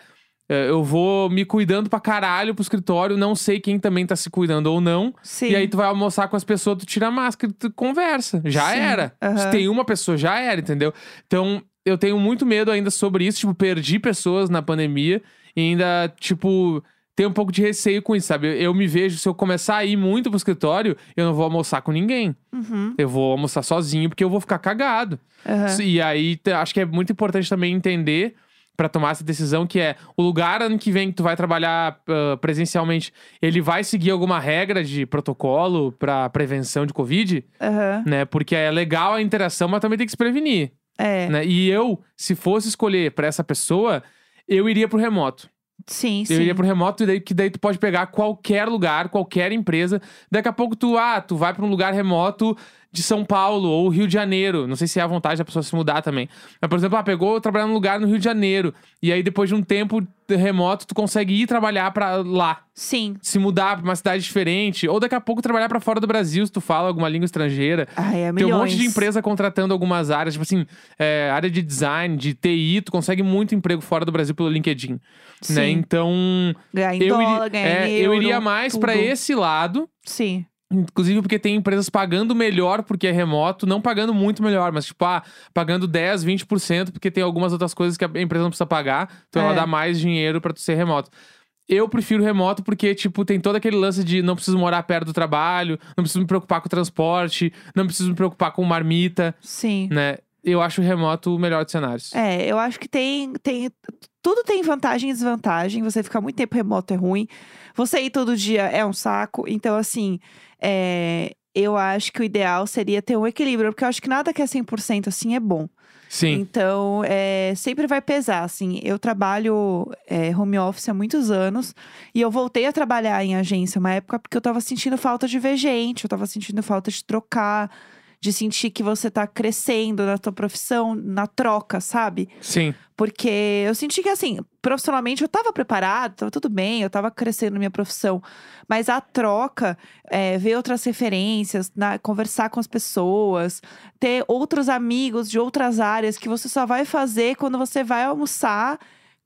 [SPEAKER 1] é, Eu vou me cuidando pra caralho pro escritório, não sei quem também tá se cuidando ou não.
[SPEAKER 2] Sim.
[SPEAKER 1] E aí tu vai almoçar com as pessoas, tu tira a máscara, tu conversa. Já
[SPEAKER 2] Sim,
[SPEAKER 1] era. Se
[SPEAKER 2] aham.
[SPEAKER 1] tem uma pessoa, já era, entendeu? Então, eu tenho muito medo ainda sobre isso. Tipo, perdi pessoas na pandemia e ainda, tipo. tenho um pouco de receio com isso, sabe? Eu, eu me vejo, se eu começar a ir muito pro escritório, eu não vou almoçar com ninguém.
[SPEAKER 2] Uhum,
[SPEAKER 1] Eu vou almoçar sozinho, porque eu vou ficar cagado.
[SPEAKER 2] aham.
[SPEAKER 1] E aí, te- acho que é muito importante também entender pra tomar essa decisão que é o lugar ano que vem que tu vai trabalhar ah, presencialmente, ele vai seguir alguma regra de protocolo pra prevenção de covid,
[SPEAKER 2] aham.
[SPEAKER 1] né? Porque é legal a interação, mas também tem que se prevenir,
[SPEAKER 2] É,
[SPEAKER 1] né? E eu, se fosse escolher pra essa pessoa, eu iria pro remoto.
[SPEAKER 2] sim, sim.
[SPEAKER 1] Eu iria pro remoto, e daí, que daí tu pode pegar qualquer lugar, qualquer empresa. Daqui a pouco tu, ah, tu vai pra um lugar remoto de São Paulo ou Rio de Janeiro. Não sei se é a vontade da pessoa se mudar também. Mas, por exemplo, ah, pegou trabalhar num lugar no Rio de Janeiro. E aí, depois de um tempo de remoto, tu consegue ir trabalhar pra lá.
[SPEAKER 2] Sim.
[SPEAKER 1] Se mudar pra uma cidade diferente. Ou daqui a pouco trabalhar pra fora do Brasil, se tu fala alguma língua estrangeira.
[SPEAKER 2] Ai,
[SPEAKER 1] Tem
[SPEAKER 2] é milhões.
[SPEAKER 1] um monte de empresa contratando algumas áreas, tipo assim, é, área de design, de TI, tu consegue muito emprego fora do Brasil pelo LinkedIn. Né?
[SPEAKER 2] Sim.
[SPEAKER 1] Então,
[SPEAKER 2] Ganhar em
[SPEAKER 1] eu, iri-
[SPEAKER 2] dólar, ganhar
[SPEAKER 1] é,
[SPEAKER 2] em euro,
[SPEAKER 1] eu iria mais pra
[SPEAKER 2] tudo.
[SPEAKER 1] esse lado.
[SPEAKER 2] Sim.
[SPEAKER 1] Inclusive porque tem empresas pagando melhor porque é remoto, não pagando muito melhor, mas tipo, ah, pagando 10, 20%, porque tem algumas outras coisas que a empresa não precisa pagar, então ela
[SPEAKER 2] É.
[SPEAKER 1] dá mais dinheiro pra tu ser remoto. Eu prefiro remoto porque, tipo, tem todo aquele lance de não preciso morar perto do trabalho, não preciso me preocupar com o transporte, não preciso me preocupar com marmita,
[SPEAKER 2] Sim.
[SPEAKER 1] né? Eu acho o remoto o melhor dos cenários.
[SPEAKER 2] É, eu acho que tem, tem. Tudo tem vantagem e desvantagem. Você ficar muito tempo remoto é ruim. Você ir todo dia é um saco. Então, assim, é, eu acho que o ideal seria ter um equilíbrio, porque eu acho que nada que é 100% assim é bom.
[SPEAKER 1] Sim.
[SPEAKER 2] Então, é, sempre vai pesar, assim. Eu trabalho é, home office há muitos anos. E eu voltei a trabalhar em agência uma época porque eu tava sentindo falta de ver gente. Eu tava sentindo falta de trocar. De sentir que você tá crescendo na tua profissão, na troca, sabe?
[SPEAKER 1] Sim.
[SPEAKER 2] Porque eu senti que, assim, profissionalmente eu tava preparada, tava tudo bem, eu tava crescendo na minha profissão. Mas a troca, é, ver outras referências, na- conversar com as pessoas, ter outros amigos de outras áreas que você só vai fazer quando você vai almoçar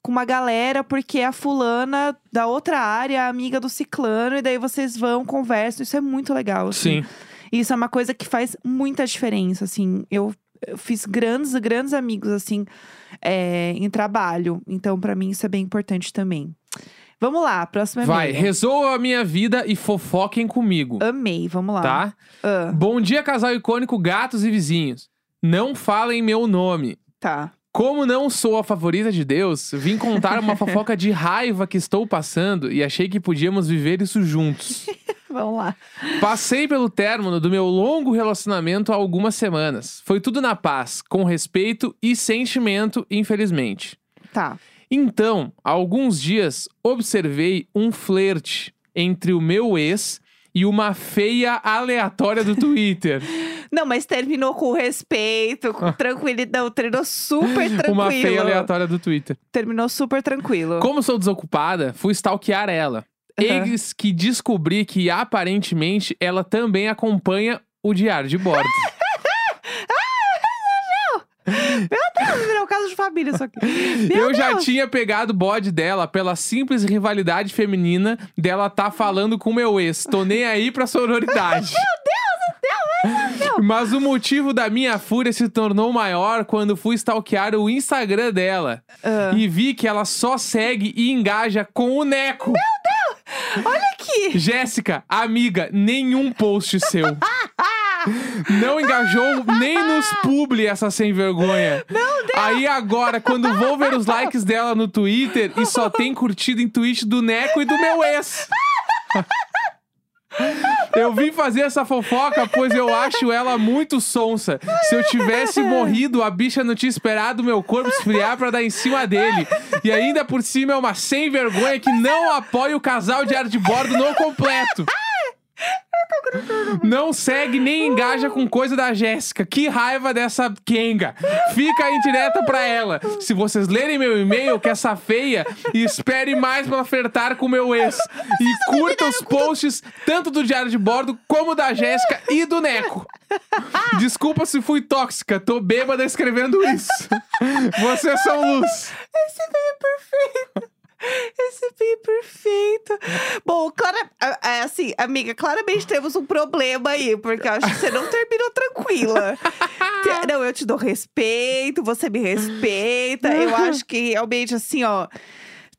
[SPEAKER 2] com uma galera, porque a fulana da outra área é amiga do ciclano, e daí vocês vão, conversam. Isso é muito legal. assim.
[SPEAKER 1] Sim.
[SPEAKER 2] Isso é uma coisa que faz muita diferença, assim. Eu, eu fiz grandes, grandes amigos, assim, é, em trabalho. Então, pra mim, isso é bem importante também. Vamos lá, próxima
[SPEAKER 1] Vai,
[SPEAKER 2] e-mail.
[SPEAKER 1] resolva a minha vida e fofoquem comigo,
[SPEAKER 2] Amei, vamos lá.
[SPEAKER 1] tá?
[SPEAKER 2] Ah,
[SPEAKER 1] Bom dia, casal icônico, gatos e vizinhos. Não falem meu nome.
[SPEAKER 2] tá.
[SPEAKER 1] Como não sou a favorita de Deus, vim contar uma fofoca de raiva que estou passando e achei que podíamos viver isso juntos.
[SPEAKER 2] Vamos lá.
[SPEAKER 1] Passei pelo término do meu longo relacionamento há algumas semanas. Foi tudo na paz, com respeito e sentimento, infelizmente.
[SPEAKER 2] Tá.
[SPEAKER 1] Então, há alguns dias, observei um flerte entre o meu ex e uma feia aleatória do Twitter.
[SPEAKER 2] Não, mas terminou com respeito, com tranquilidade. Terminou super tranquilo.
[SPEAKER 1] Ah. uma feia aleatória do Twitter.
[SPEAKER 2] Terminou super tranquilo.
[SPEAKER 1] Como sou desocupada, fui stalkear ela.
[SPEAKER 2] Aham.
[SPEAKER 1] Eis que descobri que aparentemente ela também acompanha o diário de bordo.
[SPEAKER 2] Virou caso de família isso aqui. Meu
[SPEAKER 1] Eu já tinha pegado o bode dela pela simples rivalidade feminina dela tá falando com meu ex. Tô nem aí pra sororidade. Mas o motivo da minha fúria se tornou maior quando fui stalkear o Instagram dela.
[SPEAKER 2] Ah.
[SPEAKER 1] E vi que ela só segue e engaja com o Neco.
[SPEAKER 2] aqui.
[SPEAKER 1] Jéssica, amiga, nenhum post seu. Não engajou nem nos publi essa sem vergonha. Não, Deus. Aí agora, quando vou ver os likes dela no Twitter e só tem curtido em tweet do Neco e do meu ex. Eu vim fazer essa fofoca, pois eu acho ela muito sonsa. Se eu tivesse morrido, a bicha não tinha esperado meu corpo esfriar pra dar em cima dele. E ainda por cima é uma sem vergonha que não apoia o casal de ar de bordo no completo. Não segue nem engaja com coisa da Jéssica. Que raiva dessa Kenga. Fica a indireta pra ela. Se vocês lerem meu e-mail, que essa feia, espere mais pra flertar com meu ex. E curta os posts, tanto do Diário de Bordo, como da Jéssica e do Neco. Desculpa se fui tóxica. Tô bêbada escrevendo isso. Vocês são luz.
[SPEAKER 2] Esse bem é perfeito. Esse bem é perfeito. Bom, clara... a- a- assim, amiga, claramente temos um problema aí, porque eu acho que você não terminou tranquila. Te- não, eu te dou respeito, você me respeita. Eu acho que realmente, assim, ó,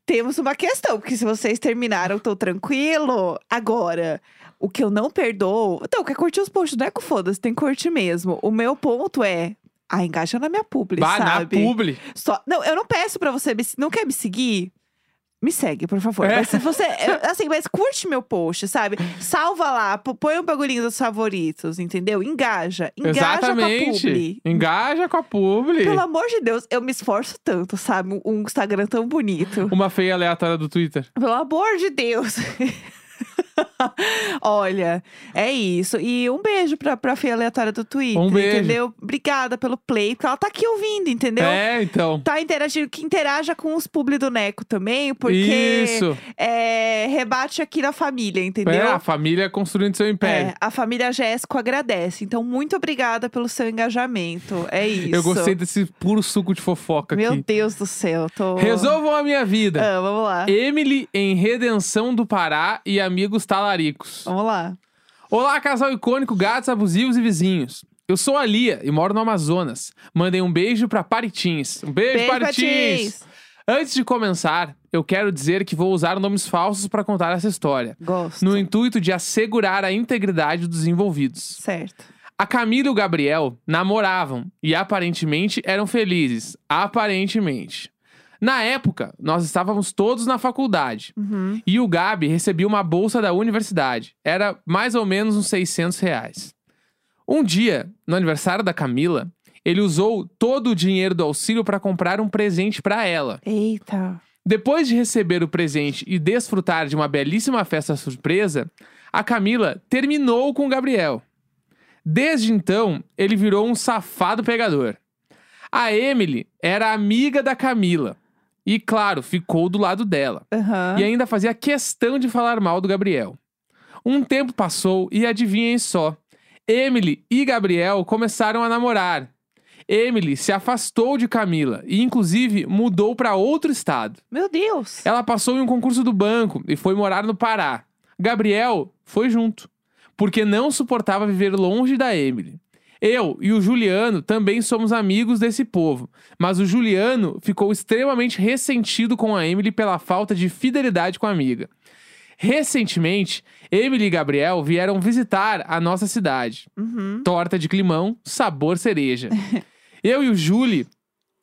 [SPEAKER 2] temos uma questão, porque se vocês terminaram, tô tranquilo. Agora. O que eu não perdoo. Então, quer curtir os posts do Eco? Foda-se, tem que curtir mesmo. O meu ponto é. Ah, engaja na minha publi,
[SPEAKER 1] Bah, na
[SPEAKER 2] sabe?
[SPEAKER 1] publi.
[SPEAKER 2] Só, não, eu não peço pra você me, não quer me seguir. Me segue, por favor.
[SPEAKER 1] É.
[SPEAKER 2] Mas se você, é, assim, mas curte meu post, sabe? Salva lá, pô- põe um bagulhinho dos favoritos, entendeu? Engaja, engaja com a
[SPEAKER 1] Exatamente.
[SPEAKER 2] publi.
[SPEAKER 1] Engaja com a publi.
[SPEAKER 2] Pelo amor de Deus, eu me esforço tanto, sabe? Um Instagram tão bonito.
[SPEAKER 1] Uma feia aleatória do Twitter.
[SPEAKER 2] Pelo amor de Deus. Olha, é isso. E um beijo pra, pra Fê aleatória do Twitter,
[SPEAKER 1] Um beijo.
[SPEAKER 2] entendeu? Obrigada pelo play, porque ela tá aqui ouvindo, entendeu?
[SPEAKER 1] É, então.
[SPEAKER 2] Tá interagindo, que interaja com os publi do Neco também, porque
[SPEAKER 1] Isso.
[SPEAKER 2] é, rebate aqui na família, entendeu?
[SPEAKER 1] É, a família construindo seu império.
[SPEAKER 2] É, a família Jéssico agradece. Então, muito obrigada pelo seu engajamento. É isso.
[SPEAKER 1] Eu gostei desse puro suco de fofoca
[SPEAKER 2] Meu
[SPEAKER 1] aqui.
[SPEAKER 2] Deus do céu, tô.
[SPEAKER 1] Resolvam a minha vida.
[SPEAKER 2] Ah, vamos lá.
[SPEAKER 1] Emily em Redenção do Pará e amigos talaricos.
[SPEAKER 2] Vamos lá.
[SPEAKER 1] Olá, casal icônico, gatos abusivos e vizinhos. Eu sou a Lia e moro no Amazonas. Mandei um beijo pra Paritins. Um beijo,
[SPEAKER 2] Beijo,
[SPEAKER 1] Paritins!
[SPEAKER 2] Patins.
[SPEAKER 1] Antes de começar, eu quero dizer que vou usar nomes falsos para contar essa história,
[SPEAKER 2] Gosto.
[SPEAKER 1] no intuito de assegurar a integridade dos envolvidos.
[SPEAKER 2] Certo.
[SPEAKER 1] A Camila e o Gabriel namoravam e aparentemente eram felizes. Aparentemente. Na época, nós estávamos todos na faculdade
[SPEAKER 2] Uhum.
[SPEAKER 1] e o Gabi recebia uma bolsa da universidade. Era mais ou menos uns 600 reais. Um dia, no aniversário da Camila, ele usou todo o dinheiro do auxílio para comprar um presente para ela.
[SPEAKER 2] Eita.
[SPEAKER 1] Depois de receber o presente e desfrutar de uma belíssima festa surpresa, a Camila terminou com o Gabriel. Desde então, ele virou um safado pegador. A Emily era amiga da Camila e, claro, ficou do lado dela.
[SPEAKER 2] Aham.
[SPEAKER 1] E ainda fazia questão de falar mal do Gabriel. Um tempo passou e adivinhem só. Emily e Gabriel começaram a namorar. Emily se afastou de Camila e, inclusive, mudou para outro estado.
[SPEAKER 2] Meu Deus.
[SPEAKER 1] Ela passou em um concurso do banco e foi morar no Pará. Gabriel foi junto, porque não suportava viver longe da Emily. Eu e o Juliano também somos amigos desse povo, mas o Juliano ficou extremamente ressentido com a Emily pela falta de fidelidade com a amiga. Recentemente, Emily e Gabriel vieram visitar a nossa cidade.
[SPEAKER 2] Uhum.
[SPEAKER 1] Torta de climão, sabor cereja. Eu e o Julie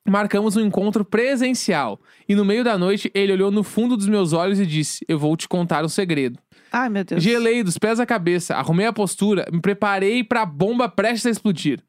[SPEAKER 1] marcamos um encontro presencial. E no meio da noite, ele olhou no fundo dos meus olhos e disse: Eu vou te contar um segredo.
[SPEAKER 2] Ai, meu Deus.
[SPEAKER 1] Gelei dos pés à cabeça, arrumei a postura, me preparei pra bomba prestes a explodir.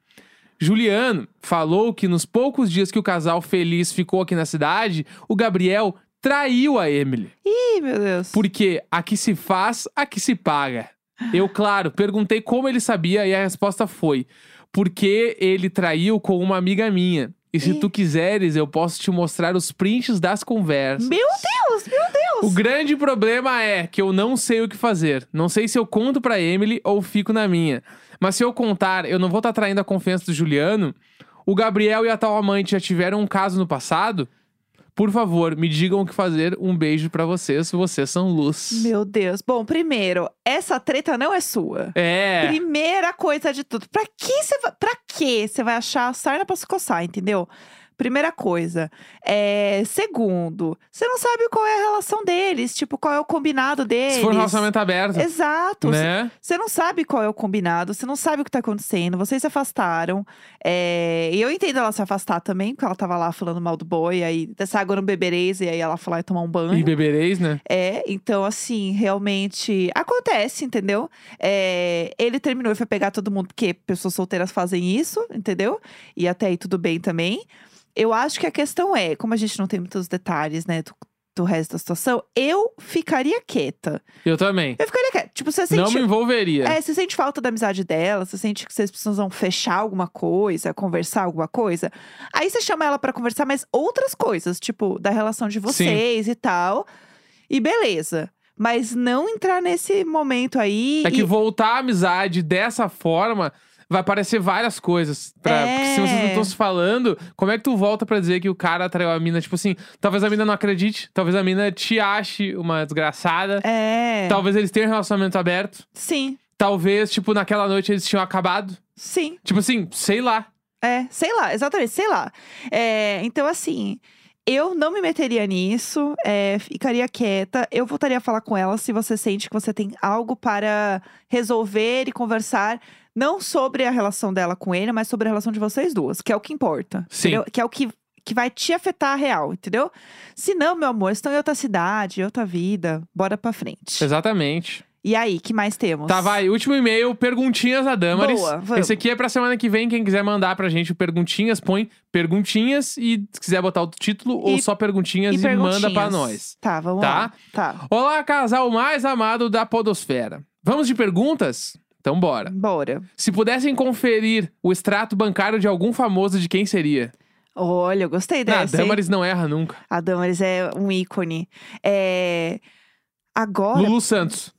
[SPEAKER 1] Juliano falou que nos poucos dias que o casal feliz ficou aqui na cidade, o Gabriel traiu a Emily.
[SPEAKER 2] Ih, meu Deus.
[SPEAKER 1] Porque a que se faz, a que se paga. Eu, claro, perguntei como ele sabia e a resposta foi: porque ele traiu com uma amiga minha. E se
[SPEAKER 2] Ih.
[SPEAKER 1] tu quiseres, eu posso te mostrar os prints das conversas.
[SPEAKER 2] Meu Deus, meu Deus.
[SPEAKER 1] O grande problema é que eu não sei o que fazer. Não sei se eu conto pra Emily ou fico na minha. Mas se eu contar, eu não vou estar traindo a confiança do Juliano. O Gabriel e a tal amante já tiveram um caso no passado. Por favor, me digam o que fazer. Um beijo pra vocês. Vocês são luz.
[SPEAKER 2] Meu Deus. Bom, primeiro, essa treta não é sua.
[SPEAKER 1] É.
[SPEAKER 2] Primeira coisa de tudo. Pra que você vai. Pra que você vai achar a sarna pra se coçar, entendeu? Primeira coisa. É, segundo, você não sabe qual é a relação deles, tipo, qual é o combinado deles.
[SPEAKER 1] Se for um relacionamento aberto,
[SPEAKER 2] Exato.
[SPEAKER 1] né?
[SPEAKER 2] Você não sabe qual é o combinado, você não sabe o que tá acontecendo, vocês se afastaram. é, E eu entendo ela se afastar também, porque ela tava lá falando mal do boy, aí dessa água não bebereis, e aí ela foi lá e tomar um banho.
[SPEAKER 1] E bebereis, né?
[SPEAKER 2] É, então, assim, realmente acontece, entendeu? É, ele terminou e foi pegar todo mundo, porque pessoas solteiras fazem isso, entendeu? E até aí tudo bem também. Eu acho que a questão é, como a gente não tem muitos detalhes, né, do, do resto da situação, eu ficaria quieta.
[SPEAKER 1] Eu também.
[SPEAKER 2] Eu ficaria quieta. Tipo, você
[SPEAKER 1] Não
[SPEAKER 2] sente.
[SPEAKER 1] me envolveria.
[SPEAKER 2] É, você sente falta da amizade dela, você sente que vocês precisam fechar alguma coisa, conversar alguma coisa. Aí você chama ela pra conversar, mas outras coisas, tipo, da relação de vocês e tal. E beleza. Mas não entrar nesse momento aí.
[SPEAKER 1] É que
[SPEAKER 2] e-
[SPEAKER 1] voltar a amizade dessa forma vai aparecer várias coisas. Pra,
[SPEAKER 2] É.
[SPEAKER 1] Porque se vocês não estão se falando, como é que tu volta pra dizer que o cara traiu a mina? Tipo assim, talvez a mina não acredite, talvez a mina te ache uma desgraçada,
[SPEAKER 2] É.
[SPEAKER 1] talvez eles tenham um relacionamento aberto,
[SPEAKER 2] Sim,
[SPEAKER 1] talvez, tipo, naquela noite eles tinham acabado.
[SPEAKER 2] sim.
[SPEAKER 1] Tipo assim, sei lá.
[SPEAKER 2] É, sei lá, exatamente, sei lá. É, então, assim, eu não me meteria nisso, é, ficaria quieta, eu voltaria a falar com ela se você sente que você tem algo para resolver e conversar, não sobre a relação dela com ele, mas sobre a relação de vocês duas, que é o que importa.
[SPEAKER 1] Sim.
[SPEAKER 2] entendeu? Que é o que, que vai te afetar a real, entendeu? Se não, meu amor, estão em outra cidade, em outra vida, bora pra frente.
[SPEAKER 1] Exatamente.
[SPEAKER 2] E aí, que mais temos?
[SPEAKER 1] Tá, vai. Último e-mail, perguntinhas a Damaris.
[SPEAKER 2] Boa, vamos.
[SPEAKER 1] Esse aqui é pra semana que vem. Quem quiser mandar pra gente o perguntinhas, põe perguntinhas e se quiser botar outro título ou
[SPEAKER 2] E-
[SPEAKER 1] só perguntinhas e, manda pra nós.
[SPEAKER 2] Tá, vamos
[SPEAKER 1] Tá?
[SPEAKER 2] lá. Tá.
[SPEAKER 1] Olá, casal mais amado da Podosfera. Vamos de perguntas? Então bora.
[SPEAKER 2] Bora.
[SPEAKER 1] Se pudessem conferir o extrato bancário de algum famoso, de quem seria?
[SPEAKER 2] Olha, eu gostei
[SPEAKER 1] Ah,
[SPEAKER 2] dessa. hein?
[SPEAKER 1] Damaris não erra nunca.
[SPEAKER 2] A Damaris é um ícone. É... Agora.
[SPEAKER 1] Lulu Santos.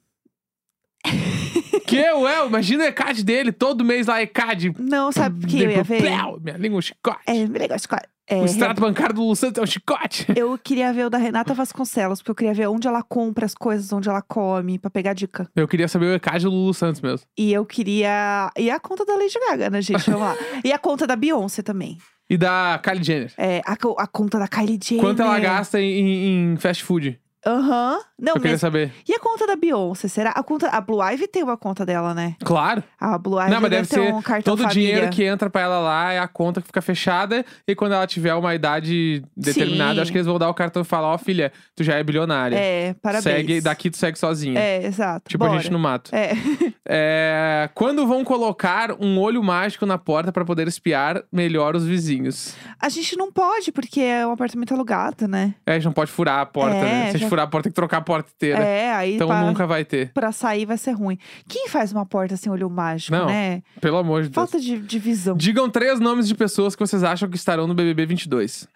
[SPEAKER 1] que eu, eu, imagina o ECAD dele, todo mês lá ECAD.
[SPEAKER 2] Não, sabe o que eu ia ver?
[SPEAKER 1] Plau, minha língua é um chicote.
[SPEAKER 2] É, negócio. É,
[SPEAKER 1] O extrato bancário do Lulu Santos é um chicote.
[SPEAKER 2] Eu queria ver o da Renata Vasconcelos, porque eu queria ver onde ela compra as coisas, onde ela come, pra pegar dica.
[SPEAKER 1] Eu queria saber o ECAD do Lulu Santos mesmo.
[SPEAKER 2] E eu queria. E a conta da Lady Gaga, né, gente? Vamos lá. E a conta da Beyoncé também.
[SPEAKER 1] E da Kylie Jenner.
[SPEAKER 2] É, a, co- a conta da Kylie Jenner.
[SPEAKER 1] Quanto ela gasta em, em fast food?
[SPEAKER 2] Aham. Não,
[SPEAKER 1] eu queria
[SPEAKER 2] mas-
[SPEAKER 1] saber.
[SPEAKER 2] E a conta da Beyoncé? Será? A conta. A Blue Ivy tem uma conta dela, né?
[SPEAKER 1] Claro.
[SPEAKER 2] A Blue Ivy
[SPEAKER 1] Não, mas
[SPEAKER 2] deve
[SPEAKER 1] deve
[SPEAKER 2] ter
[SPEAKER 1] ser
[SPEAKER 2] um cartão
[SPEAKER 1] Todo o
[SPEAKER 2] família.
[SPEAKER 1] dinheiro que entra pra ela lá é a conta que fica fechada. E quando ela tiver uma idade determinada,
[SPEAKER 2] Sim.
[SPEAKER 1] acho que eles vão dar o cartão e falar: Ó, filha, tu já é bilionária.
[SPEAKER 2] É, parabéns.
[SPEAKER 1] Segue, daqui tu segue sozinha.
[SPEAKER 2] É, exato.
[SPEAKER 1] Tipo a
[SPEAKER 2] Bora.
[SPEAKER 1] gente no mato.
[SPEAKER 2] É.
[SPEAKER 1] É, Quando vão colocar um olho mágico na porta pra poder espiar melhor os vizinhos?
[SPEAKER 2] A gente não pode, porque é um apartamento alugado, né?
[SPEAKER 1] É, a gente não pode furar a porta,
[SPEAKER 2] É,
[SPEAKER 1] né? Se a gente
[SPEAKER 2] já-
[SPEAKER 1] furar a porta, tem que trocar a porta inteira.
[SPEAKER 2] É, aí
[SPEAKER 1] então
[SPEAKER 2] pra,
[SPEAKER 1] nunca vai ter.
[SPEAKER 2] pra sair vai ser ruim. Quem faz uma porta sem olho mágico,
[SPEAKER 1] Não.
[SPEAKER 2] né?
[SPEAKER 1] Pelo amor de Deus.
[SPEAKER 2] Falta um. de, de visão.
[SPEAKER 1] Digam três nomes de pessoas que vocês acham que estarão no BBB 22.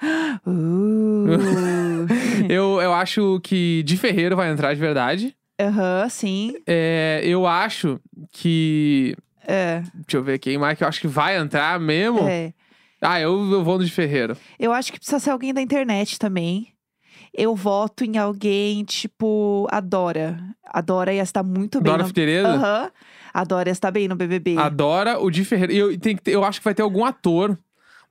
[SPEAKER 2] Uh.
[SPEAKER 1] eu, eu acho que Di Ferreiro vai entrar de verdade.
[SPEAKER 2] Aham, sim.
[SPEAKER 1] É, eu acho que.
[SPEAKER 2] É,
[SPEAKER 1] Deixa eu ver quem mais que eu acho que vai entrar mesmo.
[SPEAKER 2] é.
[SPEAKER 1] Ah, eu, eu vou no Di Ferreiro.
[SPEAKER 2] Eu acho que precisa ser alguém da internet também. Eu voto em alguém, tipo, a Dora. A Dora ia estar muito bem
[SPEAKER 1] Dora
[SPEAKER 2] no...
[SPEAKER 1] Figueiredo?
[SPEAKER 2] Aham. A Dora ia estar bem no BBB.
[SPEAKER 1] Adora o Di Ferreiro. E eu, tem que ter- eu acho que vai ter algum ator,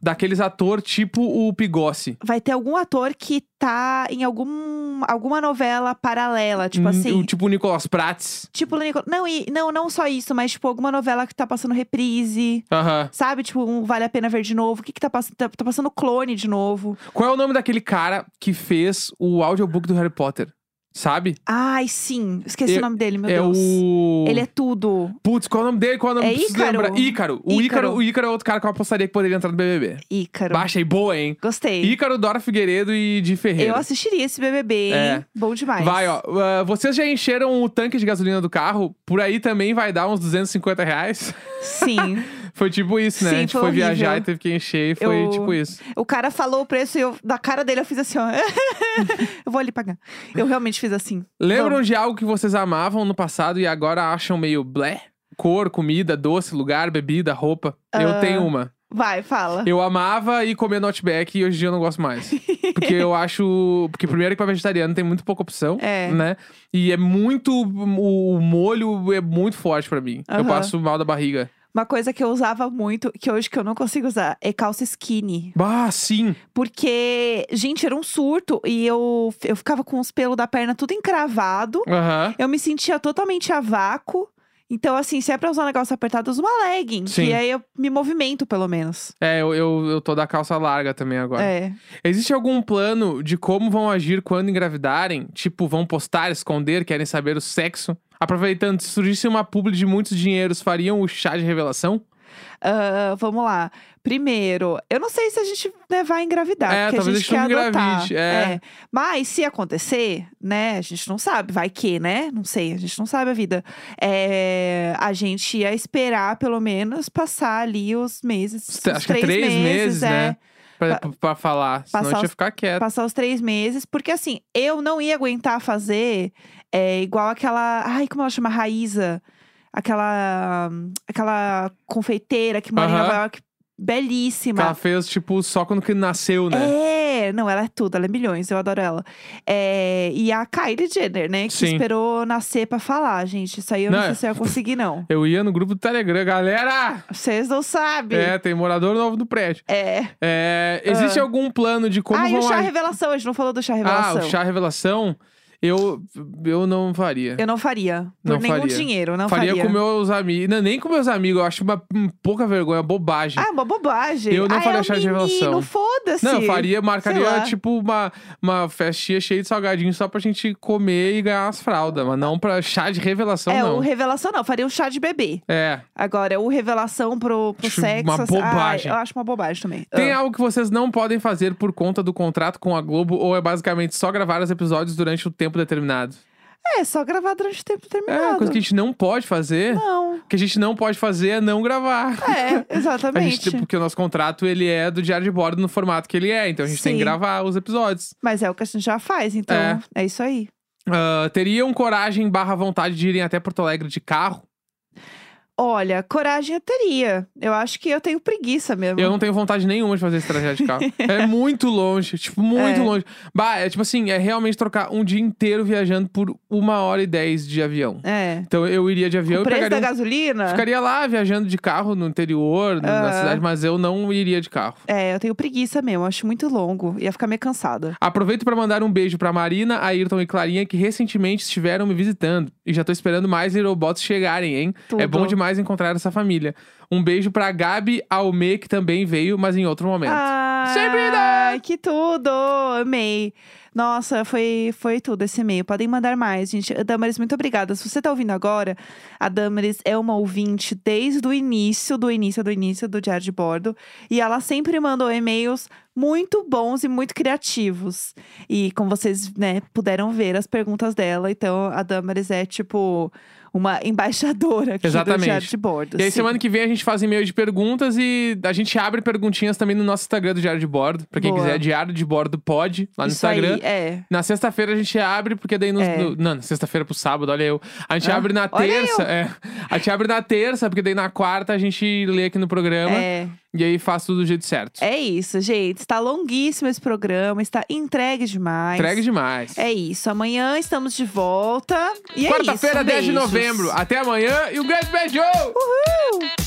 [SPEAKER 1] daqueles ator tipo o Pigossi.
[SPEAKER 2] Vai ter algum ator que tá em algum, alguma novela paralela, tipo
[SPEAKER 1] Hum,
[SPEAKER 2] assim.
[SPEAKER 1] o- Tipo o Nicolas Prates.
[SPEAKER 2] Tipo, Lene Col- não, e, não, não só isso, mas tipo, alguma novela que tá passando reprise.
[SPEAKER 1] Aham.
[SPEAKER 2] Sabe? Tipo, um Vale a Pena Ver de novo. O que que tá passando? Tá, tá passando clone de novo.
[SPEAKER 1] Qual é o nome daquele cara que fez o audiobook do Harry Potter? Sabe?
[SPEAKER 2] Ai, sim. Esqueci
[SPEAKER 1] É-
[SPEAKER 2] o nome dele, meu
[SPEAKER 1] é
[SPEAKER 2] Deus.
[SPEAKER 1] o.
[SPEAKER 2] Ele é tudo.
[SPEAKER 1] Putz, qual é o nome dele? Qual é o nome
[SPEAKER 2] É
[SPEAKER 1] Preciso
[SPEAKER 2] Ícaro.
[SPEAKER 1] lembrar. Ícaro. O
[SPEAKER 2] Ícaro.
[SPEAKER 1] Ícaro. O Ícaro é outro cara que eu apostaria que poderia entrar no BBB.
[SPEAKER 2] Ícaro.
[SPEAKER 1] Baixa aí, boa, hein?
[SPEAKER 2] Gostei.
[SPEAKER 1] Ícaro, Dora Figueiredo e Di Ferreira.
[SPEAKER 2] Eu assistiria esse BBB, hein?
[SPEAKER 1] É.
[SPEAKER 2] Bom demais.
[SPEAKER 1] Vai, ó. Ah, vocês já encheram o tanque de gasolina do carro? Por aí também vai dar uns 250 reais?
[SPEAKER 2] Sim.
[SPEAKER 1] Foi tipo isso, né?
[SPEAKER 2] Sim,
[SPEAKER 1] a gente
[SPEAKER 2] foi
[SPEAKER 1] foi, viajar
[SPEAKER 2] horrível.
[SPEAKER 1] e teve que encher e foi
[SPEAKER 2] Eu-
[SPEAKER 1] tipo isso.
[SPEAKER 2] o cara falou o preço e eu, da cara dele, eu fiz assim, ó. eu vou ali pagar. Eu realmente fiz assim.
[SPEAKER 1] Lembram
[SPEAKER 2] Vamos.
[SPEAKER 1] de algo que vocês amavam no passado e agora acham meio blé? Cor, comida, doce, lugar, bebida, roupa.
[SPEAKER 2] Ah.
[SPEAKER 1] Eu tenho uma.
[SPEAKER 2] Vai, fala.
[SPEAKER 1] Eu amava ir comer no Outback e hoje em dia eu não gosto mais. Porque eu acho. Porque primeiro que pra vegetariano tem muito pouca opção,
[SPEAKER 2] É.
[SPEAKER 1] né? E é muito. O o molho é muito forte pra mim. Eu
[SPEAKER 2] Aham.
[SPEAKER 1] passo mal da barriga.
[SPEAKER 2] Uma coisa que eu usava muito, que hoje que eu não consigo usar, é calça skinny.
[SPEAKER 1] Bah, sim.
[SPEAKER 2] Porque, gente, era um surto e eu, eu ficava com os pelos da perna tudo encravado.
[SPEAKER 1] Aham.
[SPEAKER 2] Eu me sentia totalmente a vácuo. Então, assim, se é pra usar um negócio apertado, eu uso uma legging.
[SPEAKER 1] Sim.
[SPEAKER 2] Que aí eu me movimento, pelo menos.
[SPEAKER 1] É, eu, eu, eu tô da calça larga também agora.
[SPEAKER 2] É.
[SPEAKER 1] Existe algum plano de como vão agir quando engravidarem? Tipo, vão postar, esconder, querem saber o sexo? Aproveitando, se surgisse uma publi de muitos dinheiros, fariam o chá de revelação?
[SPEAKER 2] Ah, vamos lá. Primeiro, eu não sei se a gente né, vai engravidar,
[SPEAKER 1] É,
[SPEAKER 2] porque a
[SPEAKER 1] talvez a
[SPEAKER 2] gente quer
[SPEAKER 1] gente não
[SPEAKER 2] adotar.
[SPEAKER 1] engravide, é.
[SPEAKER 2] Mas se acontecer, né, a gente não sabe, vai que, né? Não sei, a gente não sabe a vida. É, a gente ia esperar pelo menos passar ali os meses, os
[SPEAKER 1] Acho que é três meses,
[SPEAKER 2] é,
[SPEAKER 1] né? É. Pra, pra falar. Senão a
[SPEAKER 2] passar
[SPEAKER 1] gente ia
[SPEAKER 2] os-
[SPEAKER 1] ficar quieto.
[SPEAKER 2] Passar os três meses, porque assim, eu não ia aguentar fazer é, igual aquela. Ai, como ela chama? Raíza. Aquela. hum, Aquela confeiteira que mora em
[SPEAKER 1] Aham.
[SPEAKER 2] Nova York. Belíssima.
[SPEAKER 1] Que ela fez, tipo, só quando que nasceu, né?
[SPEAKER 2] É, não, ela é tudo, ela é milhões, eu adoro ela. É, e a Kylie Jenner, né? Que
[SPEAKER 1] Sim.
[SPEAKER 2] esperou nascer pra falar, gente. Isso aí eu não,
[SPEAKER 1] Não, é.
[SPEAKER 2] sei se eu ia conseguir, não.
[SPEAKER 1] Eu ia no grupo do Telegram, galera!
[SPEAKER 2] Vocês não sabem.
[SPEAKER 1] É, tem morador novo no prédio.
[SPEAKER 2] É.
[SPEAKER 1] É, existe algum plano de como
[SPEAKER 2] ah, e
[SPEAKER 1] vão
[SPEAKER 2] o chá
[SPEAKER 1] agir-
[SPEAKER 2] revelação, a gente não falou do chá
[SPEAKER 1] Ah,
[SPEAKER 2] revelação.
[SPEAKER 1] o chá revelação. Eu, eu não faria.
[SPEAKER 2] Eu não faria. Por
[SPEAKER 1] Não
[SPEAKER 2] nenhum
[SPEAKER 1] faria.
[SPEAKER 2] dinheiro, não faria.
[SPEAKER 1] faria, com meus amigos. Não, nem com meus amigos. Eu acho uma um, pouca vergonha, bobagem.
[SPEAKER 2] Ah, uma bobagem.
[SPEAKER 1] Eu não
[SPEAKER 2] ah,
[SPEAKER 1] faria
[SPEAKER 2] é um
[SPEAKER 1] chá de
[SPEAKER 2] menino,
[SPEAKER 1] revelação.
[SPEAKER 2] foda-se.
[SPEAKER 1] não, eu faria,
[SPEAKER 2] lá.
[SPEAKER 1] marcaria tipo uma, uma festinha cheia de salgadinhos só pra gente comer e ganhar as fraldas, mas não pra chá de revelação,
[SPEAKER 2] É,
[SPEAKER 1] não.
[SPEAKER 2] o revelação não, eu faria o chá de bebê.
[SPEAKER 1] É.
[SPEAKER 2] Agora, o revelação pro, pro
[SPEAKER 1] Acho
[SPEAKER 2] sexo.
[SPEAKER 1] uma
[SPEAKER 2] assim,
[SPEAKER 1] bobagem.
[SPEAKER 2] Ah, eu acho uma bobagem também.
[SPEAKER 1] Tem
[SPEAKER 2] Ah.
[SPEAKER 1] algo que vocês não podem fazer por conta do contrato com a Globo ou é basicamente só gravar os episódios durante o tempo determinado?
[SPEAKER 2] É, só gravar durante o tempo
[SPEAKER 1] É, uma
[SPEAKER 2] determinado.
[SPEAKER 1] coisa que a gente não pode fazer.
[SPEAKER 2] Não.
[SPEAKER 1] O que a gente não pode fazer é não gravar.
[SPEAKER 2] É,
[SPEAKER 1] A
[SPEAKER 2] exatamente.
[SPEAKER 1] gente, tipo, porque o nosso contrato, ele é do diário de bordo no formato que ele é. Então a gente tem que
[SPEAKER 2] Sim.
[SPEAKER 1] gravar os episódios.
[SPEAKER 2] Mas é o que a gente já faz, então
[SPEAKER 1] É.
[SPEAKER 2] é, isso aí.
[SPEAKER 1] Ah, teriam coragem barra vontade de irem até Porto Alegre de carro?
[SPEAKER 2] Olha, coragem eu teria. Eu acho que eu tenho preguiça mesmo.
[SPEAKER 1] Eu não tenho vontade nenhuma de fazer esse trajeto de carro. é muito longe, tipo, muito
[SPEAKER 2] É.
[SPEAKER 1] longe. Bah, é tipo assim, é realmente trocar um dia inteiro viajando por uma hora e dez de avião.
[SPEAKER 2] É.
[SPEAKER 1] Então eu iria de avião
[SPEAKER 2] o
[SPEAKER 1] e
[SPEAKER 2] preço
[SPEAKER 1] pegaria
[SPEAKER 2] da
[SPEAKER 1] um
[SPEAKER 2] gasolina?
[SPEAKER 1] Ficaria lá viajando de carro no interior, na- na
[SPEAKER 2] Aham.
[SPEAKER 1] cidade, mas eu não iria de carro.
[SPEAKER 2] É, eu tenho preguiça mesmo, acho muito longo. Ia ficar meio cansada.
[SPEAKER 1] Aproveito para mandar um beijo para Marina, Ayrton e Clarinha, que recentemente estiveram me visitando. E já tô esperando mais LittleBots chegarem, hein?
[SPEAKER 2] Tudo.
[SPEAKER 1] É bom demais encontrar essa família. Um beijo pra Gabi Alme, que também veio, mas em outro momento.
[SPEAKER 2] Ah,
[SPEAKER 1] Sempre dá!
[SPEAKER 2] que tudo! Amei. Nossa, foi, foi tudo esse e-mail. Podem mandar mais, gente. Damaris, muito obrigada. Se você tá ouvindo agora, a Damaris é uma ouvinte desde o início, do início, do início do Diário de Bordo. E ela sempre mandou e-mails muito bons e muito criativos. E como vocês, né, puderam ver as perguntas dela, então a Damaris é tipo uma embaixadora aqui
[SPEAKER 1] Exatamente.
[SPEAKER 2] do Diário de Bordo.
[SPEAKER 1] E aí,
[SPEAKER 2] sim.
[SPEAKER 1] semana que vem, a gente faz e-mail de perguntas e a gente abre perguntinhas também no nosso Instagram do Diário de Bordo. Pra quem
[SPEAKER 2] Boa.
[SPEAKER 1] quiser, é Diário de Bordo pode, lá no
[SPEAKER 2] Isso
[SPEAKER 1] Instagram.
[SPEAKER 2] Aí, é.
[SPEAKER 1] Na sexta-feira a gente abre, porque daí no,
[SPEAKER 2] É.
[SPEAKER 1] no- não, na sexta-feira pro sábado, olha eu. A gente
[SPEAKER 2] Ah,
[SPEAKER 1] abre na
[SPEAKER 2] olha
[SPEAKER 1] terça, é. A gente abre na terça, porque daí na quarta a gente lê aqui no programa
[SPEAKER 2] É.
[SPEAKER 1] e aí faz tudo do jeito certo.
[SPEAKER 2] É isso, gente. Está longuíssimo esse programa, está entregue demais.
[SPEAKER 1] Entregue demais.
[SPEAKER 2] É isso. Amanhã estamos de volta. E é isso.
[SPEAKER 1] Quarta-feira, 10 de
[SPEAKER 2] Beijos.
[SPEAKER 1] novembro. Até amanhã e um grande beijo!
[SPEAKER 2] Uhul!